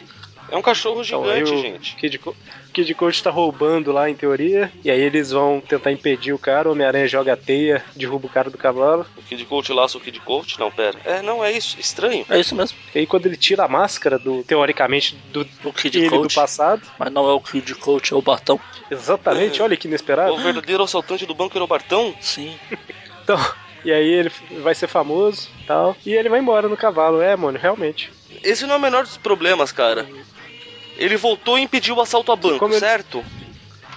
É um cachorro Então, gigante, aí o gente. Kid, Co- Kid Coach tá roubando lá em teoria, e aí eles vão tentar impedir o cara, o Homem-Aranha joga a teia, derruba o cara do cavalo, O Kid Coach laça o Kid Coach? Não, pera. É, não, é isso. Estranho. é isso mesmo. e aí quando ele tira a máscara do, teoricamente, do O Kid ele do Coach. passado, Mas não é o Kid Coach, é o Bartão. exatamente, olha que inesperado. O verdadeiro assaltante do banco era o Bartão? Sim. Então, e aí ele vai ser famoso e tal, e ele vai embora no cavalo, é, mano, realmente. Esse não é o menor dos problemas, cara. Ele voltou e impediu o assalto a banco, Como ele- certo?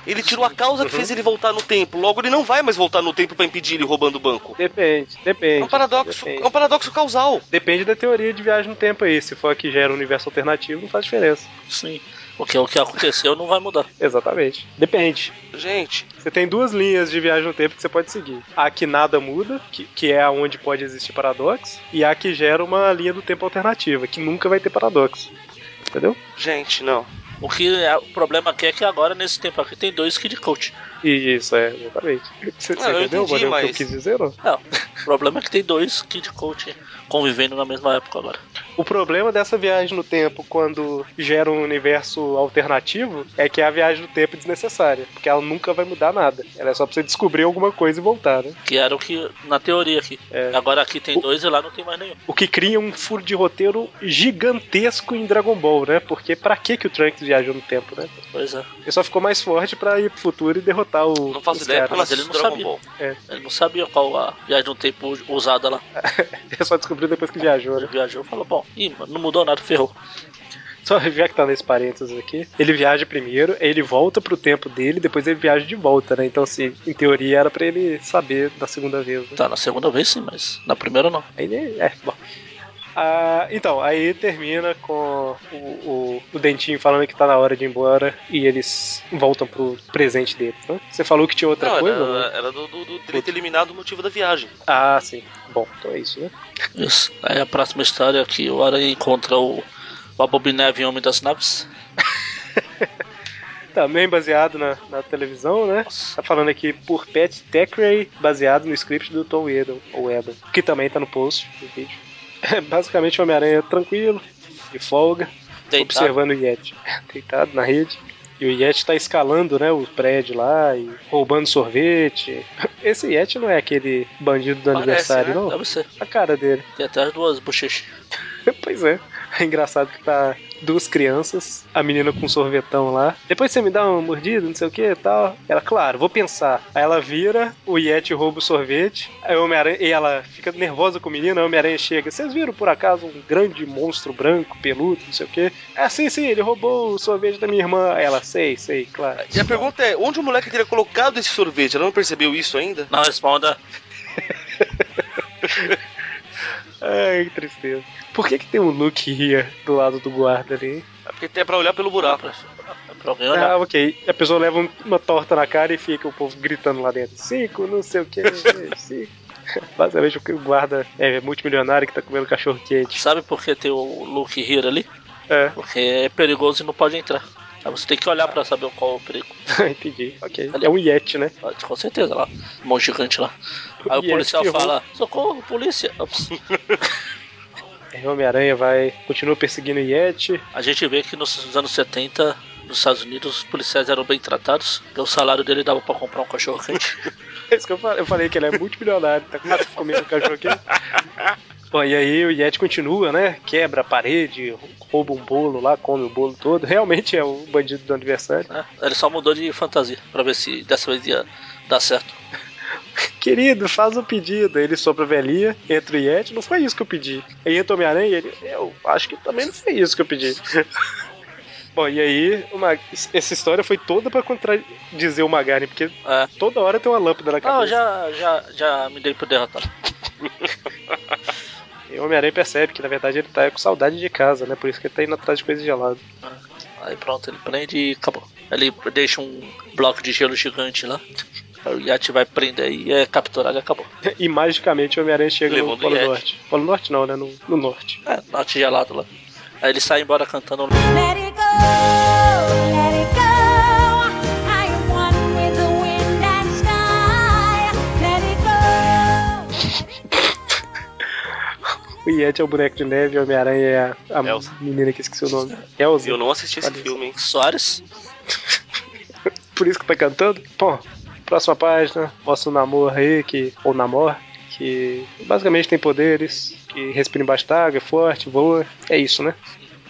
Ele tirou a causa que fez ele voltar no tempo. Logo, ele não vai mais voltar no tempo pra impedir ele roubando o banco. Depende, É depende. um paradoxo, depende. é um paradoxo causal. Depende da teoria de viagem no tempo aí. Se for a que gera um universo alternativo, não faz diferença. Sim. Porque o que aconteceu não vai mudar. Exatamente. Depende. Gente, Você tem duas linhas de viagem no tempo que você pode seguir. A que nada muda, que, que é onde pode existir paradoxo, e a que gera uma linha do tempo alternativa, que nunca vai ter paradoxo. Entendeu? gente, não. O que é, o problema aqui é que agora, nesse tempo aqui, tem dois Kid Coach. E isso, é, exatamente. Você, Ah, você eu entendeu, entendi, Bonner, o que eu mas- quis dizer? Não? Não, o problema é que tem dois Kid Coach convivendo na mesma época agora. O problema dessa viagem no tempo quando gera um universo alternativo é que é a viagem no tempo desnecessária, porque ela nunca vai mudar nada. Ela é só pra você descobrir alguma coisa e voltar, né? Que era o que, na teoria aqui. É. Agora aqui tem O- dois e lá não tem mais nenhum. O que cria um furo de roteiro gigantesco em Dragon Ball, né? Porque pra que que o Trunks viajou no tempo, né? Pois é. Ele só ficou mais forte pra ir pro futuro e derrotar o. Não faço os ideia porque eu não caras. mas ele assisto não Dragon sabia. Ball. Ele não sabia qual a viagem no tempo usada lá. Ele né? É só descobriu depois que viajou, Ele né? viajou e falou, bom, ih, mano, não mudou nada, ferrou. Só já que tá nesse parênteses aqui. Ele viaja primeiro, aí ele volta pro tempo dele, depois ele viaja de volta, né? Então, assim, em teoria era pra ele saber da segunda vez, né? Tá, na segunda vez sim, mas na primeira não. Aí ele- é, bom. Ah, então, aí termina com o, o- o Dentinho falando que tá na hora de ir embora e eles voltam pro presente dele, né? Você falou que tinha outra Não, coisa? era, né? era do, do, do ter eliminado o motivo da viagem. Ah, sim. Bom, então é isso, né? Isso. Aí a próxima história é que o Aranha encontra o, o Abomineve e o Homem das Naves. Também Tá, baseado na, na televisão, né? Tá falando aqui por Pat Thackeray, baseado no script do Tom Edel, ou Edel, que também tá no post do vídeo. É Basicamente, o Homem-Aranha tranquilo, de folga, Deitado. observando o Yeti, deitado na rede. E o Yeti tá escalando, né, o prédio lá e roubando sorvete. Esse Yeti não é aquele bandido do Parece, aniversário, né? não? Deve ser. A cara dele. Tem até as duas bochechas. Pois é. É engraçado que tá duas crianças, a menina com um sorvetão lá. Depois você me dá uma mordida, não sei o que e tal. Ela, claro, vou pensar. Aí ela vira, o Yeti rouba o sorvete. Aí o Homem-Aranha, e ela fica nervosa com o menino, aí o Homem-Aranha chega. Vocês viram por acaso um grande monstro branco, peludo, não sei o que? Ah, sim, sim, ele roubou o sorvete da minha irmã. Aí ela, sei, sei, claro. E a pergunta é, onde o moleque teria colocado esse sorvete? Ela não percebeu isso ainda? Não responda. Ai, que tristeza. Por que que tem um Luke Ria do lado do guarda ali, hein? É porque até pra olhar pelo buraco. É pra alguém olhar. Ah, ok. A pessoa leva um- uma torta na cara e fica o povo gritando lá dentro. Cinco, não sei o que, cinco. Basicamente o que o guarda é multimilionário que tá comendo cachorro quente. Sabe por que tem o Luke Hero ali? É, Porque é perigoso e não pode entrar. Aí você tem que olhar pra saber qual é o perigo. Ah, entendi. Ok. É um Yeti, né? Com certeza lá. Um Mão gigante lá. Aí o E é policial que eu- fala: Socorro, polícia! Ops. Aí É, o Homem-Aranha vai. continua perseguindo o Yeti. A gente vê que nos anos 70, nos Estados Unidos, os policiais eram bem tratados. porque O salário dele dava pra comprar um cachorro quente. É isso que eu falei. Eu falei que ele é multimilionário, tá quase comendo cachorro quente. um Bom, e aí o Yeti continua, né? Quebra a parede, rouba um bolo lá, come o bolo todo. Realmente é o bandido do aniversário. né? Ele só mudou de fantasia pra ver se dessa vez ia dar certo. Querido, faz o pedido. Ele sopra a velhinha, entra o Yeti. Não foi isso que eu pedi. Aí entra o Homem-Aranha e ele, eu acho que também não foi isso que eu pedi. Bom, e aí, o Mag- essa história foi toda pra contradizer o Magari, porque É. toda hora tem uma lâmpada na cabeça. Não, Ah, já, já, já me dei por derrotado. E o Homem-Aranha percebe que, na verdade, ele tá com saudade de casa, né? Por isso que ele tá indo atrás de coisa gelada. Aí pronto, ele prende e acabou. Ele deixa um bloco de gelo gigante lá. Aí o Yati vai prender e é capturado e acabou. E, magicamente, o Homem-Aranha chega Levando no Polo o Yeti. Norte. Polo Norte não, né? No, no Norte. É, norte gelado lá. Aí ele sai embora cantando. Let it go, let it go. I am one with the wind and sky. Let it O go. Yeti é o boneco de neve, o Homem-Aranha é a, a Elsa. menina que esqueci o nome. Elsa. Eu não assisti esse Olha isso. filme, hein? Soares? Por isso que tá cantando? Bom, próxima página, mostra o namor aí, que, ou namor, que basicamente tem poderes, que respira embaixo d'água, é forte, voa. É isso, né?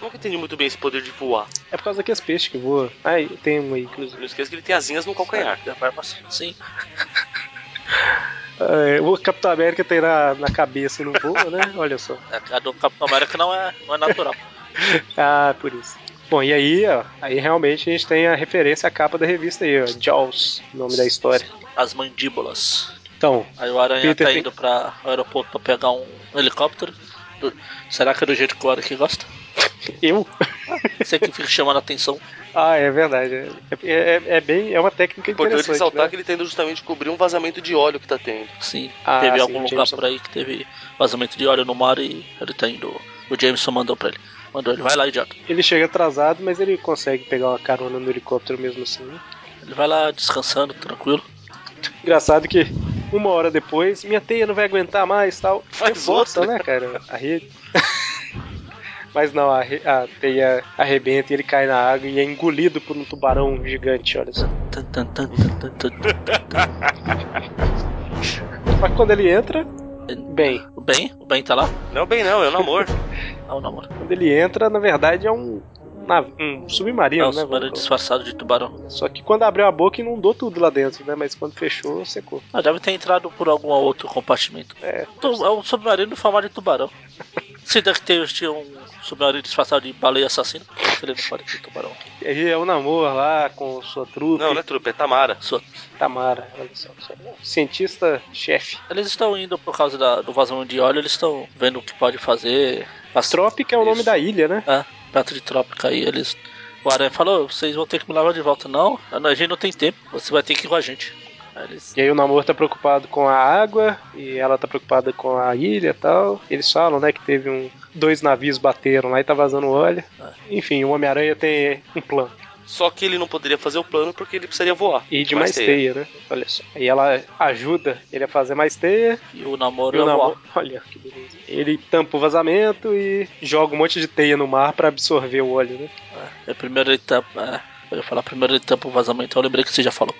Nunca entendi muito bem esse poder de voar. É por causa daqueles peixes que voam. Ah, e tem um aí, inclusive. Não esqueça que ele tem asinhas no calcanhar. É, Sim. É, o Capitão América tem na, na cabeça e não voa, né? Olha só. É, A do Capitão América não é, não é natural. Ah, por isso. Bom, e aí, ó, aí realmente a gente tem a referência à capa da revista aí, ó, Jaws, nome da história. As mandíbulas. Então, Aí o Aranha Peter tá tem- indo pra aeroporto pra pegar um helicóptero. Do- Será que é do jeito que o Aranha que gosta? eu? Você que fica chamando a atenção. ah, é verdade. É, é- é- é bem, é uma técnica Importante interessante, ressaltar né? que ele tá indo justamente cobrir um vazamento de óleo que tá tendo. Sim. Ah, teve sim, algum o lugar Jameson. por aí que teve vazamento de óleo no mar e ele tá indo. O Jameson mandou pra ele. Mandou ele, vai lá, idiota. Ele chega atrasado, mas ele consegue pegar uma carona no helicóptero mesmo assim. né? Ele vai lá descansando, tranquilo. Engraçado que uma hora depois, minha teia não vai aguentar mais tal. Faz Rebota, outra. né, cara? A rede. Mas não, a, re- a teia arrebenta e ele cai na água e é engolido por um tubarão gigante, olha só. Tan, tan, tan, tan, tan, tan, tan. Só que quando ele entra, bem, O Ben, o Ben tá lá? Não, bem não, é o namor. Ah, o namoro. quando ele entra, na verdade é um, nav- um submarino, Ah, o né? Subaru Volcão? disfarçado de tubarão. Só que quando abriu a boca inundou tudo lá dentro, né? Mas quando fechou, secou. Ah, deve ter entrado por algum outro compartimento. É, Tu- É um submarino formado de tubarão. Se deve ter tinha um submarino disfarçado de baleia assassina, ele não pode ter tubarão. Aí é o namoro lá com sua trupe, Não, não é trupe, é Tamara. Sua- Tamara, olha só. só. um Cientista-chefe. Eles estão indo por causa da- do vazamento de óleo, eles estão vendo o que pode fazer. As Trópica é o nome Isso. da ilha, né? Ah, perto de Trópica aí, eles. O Aranha falou, vocês vão ter que me levar de volta. Não, a gente não tem tempo, você vai ter que ir com a gente. Aí eles. E aí o namoro tá preocupado com a água e ela tá preocupada com a ilha e tal. Eles falam, né, que teve um dois navios bateram lá e tá vazando óleo. Enfim, o Homem-Aranha tem um plano. Só que ele não poderia fazer o plano porque ele precisaria voar. E de mais, teia. né? Olha só. E ela ajuda ele a fazer mais teia. E o E namoro o é namoro, voar. olha que beleza. Ele tampa o vazamento e joga um monte de teia no mar pra absorver o óleo, né? É, é primeiro ele tampa. É, eu ia falar primeiro ele tampa o vazamento, eu lembrei que você já falou.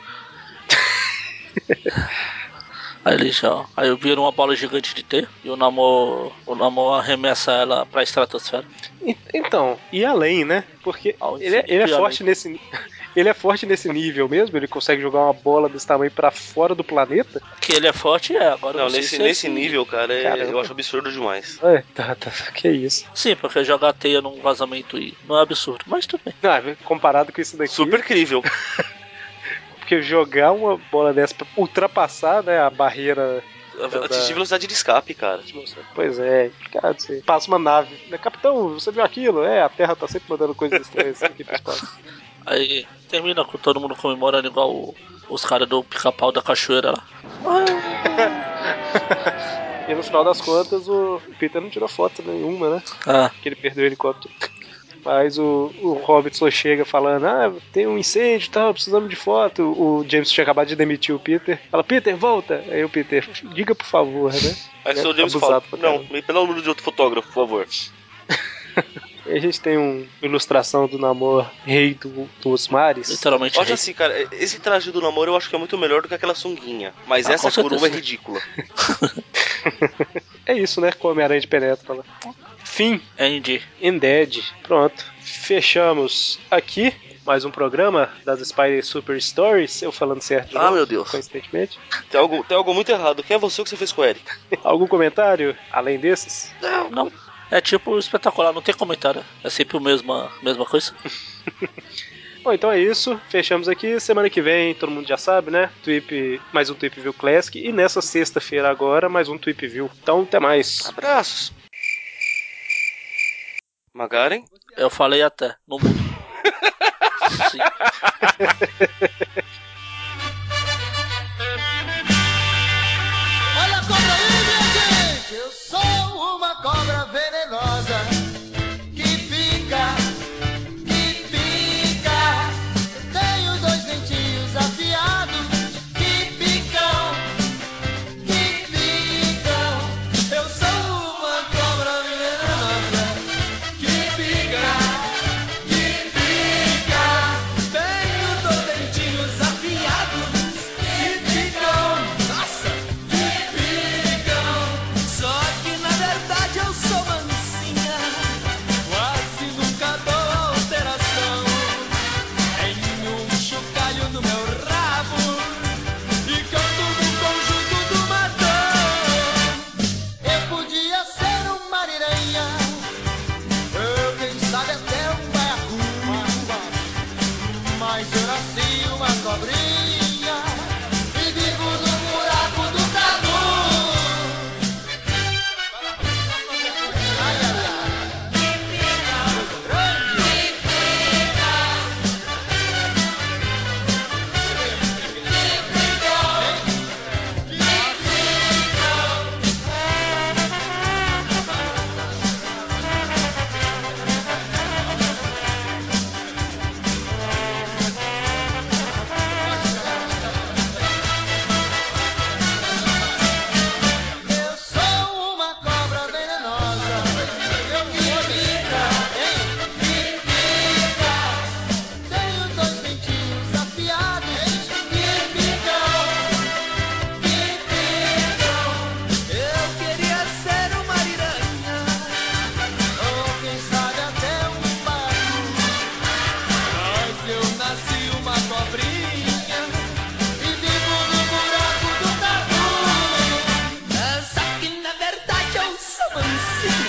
aí ele já. Aí eu viro uma bola gigante de teia e o namor. O namor arremessa ela pra estratosfera. E- Então, e além, né? Porque Ao ele, é- infinito ele é e além. forte nesse ele é forte nesse nível mesmo, ele consegue jogar uma bola desse tamanho pra fora do planeta. Que ele é forte, é, agora eu Não, sei nesse, se é nesse esse nível, cara, é- assim, Caramba. eu acho absurdo demais. É, tá, tá, que isso. Sim, porque jogar teia num vazamento e não é absurdo, mas tudo bem. Não, comparado com isso daqui, Super crível. porque jogar uma bola dessa pra ultrapassar, né, a barreira Atingir velocidade de escape, cara. Pois é, complicado isso aí. Passa uma nave. né, Capitão, você viu aquilo? É, a Terra tá sempre mandando coisas estranhas assim aqui pro espaço. Aí termina com todo mundo comemorando igual o- os caras do pica-pau da cachoeira lá. E no final das contas, o Peter não tirou foto nenhuma, né? Ah, que ele perdeu o helicóptero. Mas o, o Robertson chega falando: Ah, tem um incêndio e tal, precisamos de foto. O James tinha acabado de demitir o Peter. Fala, Peter, volta! Aí o Peter, diga por favor, né? Aí Né? o seu James fala, Abusado pra um não, caramba. me pelo número de outro fotógrafo, por favor. E a gente tem um- uma ilustração do namor rei do- dos mares. literalmente. Olha rei. assim, cara, esse traje do namoro eu acho que é muito melhor do que aquela sunguinha. Mas Ah, essa com certeza. coroa é ridícula. É É isso, né? Como Homem-Aranha de penetra lá. Fim. Andy. Indead. Pronto. Fechamos aqui mais um programa das Spider Super Stories. Eu falando certo. de Ah, novo, meu Deus. Coincidentemente. Tem algo, tem algo muito errado. Quem é você o que você fez com o Eric? Algum comentário além desses? Não, não. É tipo espetacular, não tem comentário. É sempre a mesma, mesma coisa. Bom, então é isso. Fechamos aqui. Semana que vem, todo mundo já sabe, né? Tweep, mais um Tweep View Classic. E nessa sexta-feira agora, mais um Tweep View. Então, até mais. Abraços. Magaren? Eu falei até, no mundo. Sim. Olha a cobra aí, minha gente! Eu sou uma cobra venenosa que pica, que pica. Tenho dois dentinhos afiados que picam, que picam. Eu sou uma cobra venenosa que pica, que pica. Tenho dois dentinhos afiados que picam. Nossa! Que Só que na verdade eu sou mansinha, quase nunca dou alteração. Tenho um chocalho no meu rabo e canto no conjunto do matão. Eu podia ser um mariranha, eu quem sabe até um baiacu. Mas eu nasci uma cobrinha e vivo no buraco do tatu. Ai, ai, ai. Coisa grande. Eu sou uma cobra venenosa. Eu que pica, hein? Que pica. Tenho dois dentinhos afiados. Que picam, que picam. Eu queria ser uma iranha. Ou quem sabe até um barulho. Mas eu nasci uma cobrinha. E vivo no buraco do tatu. Só que na verdade eu sou mansinha um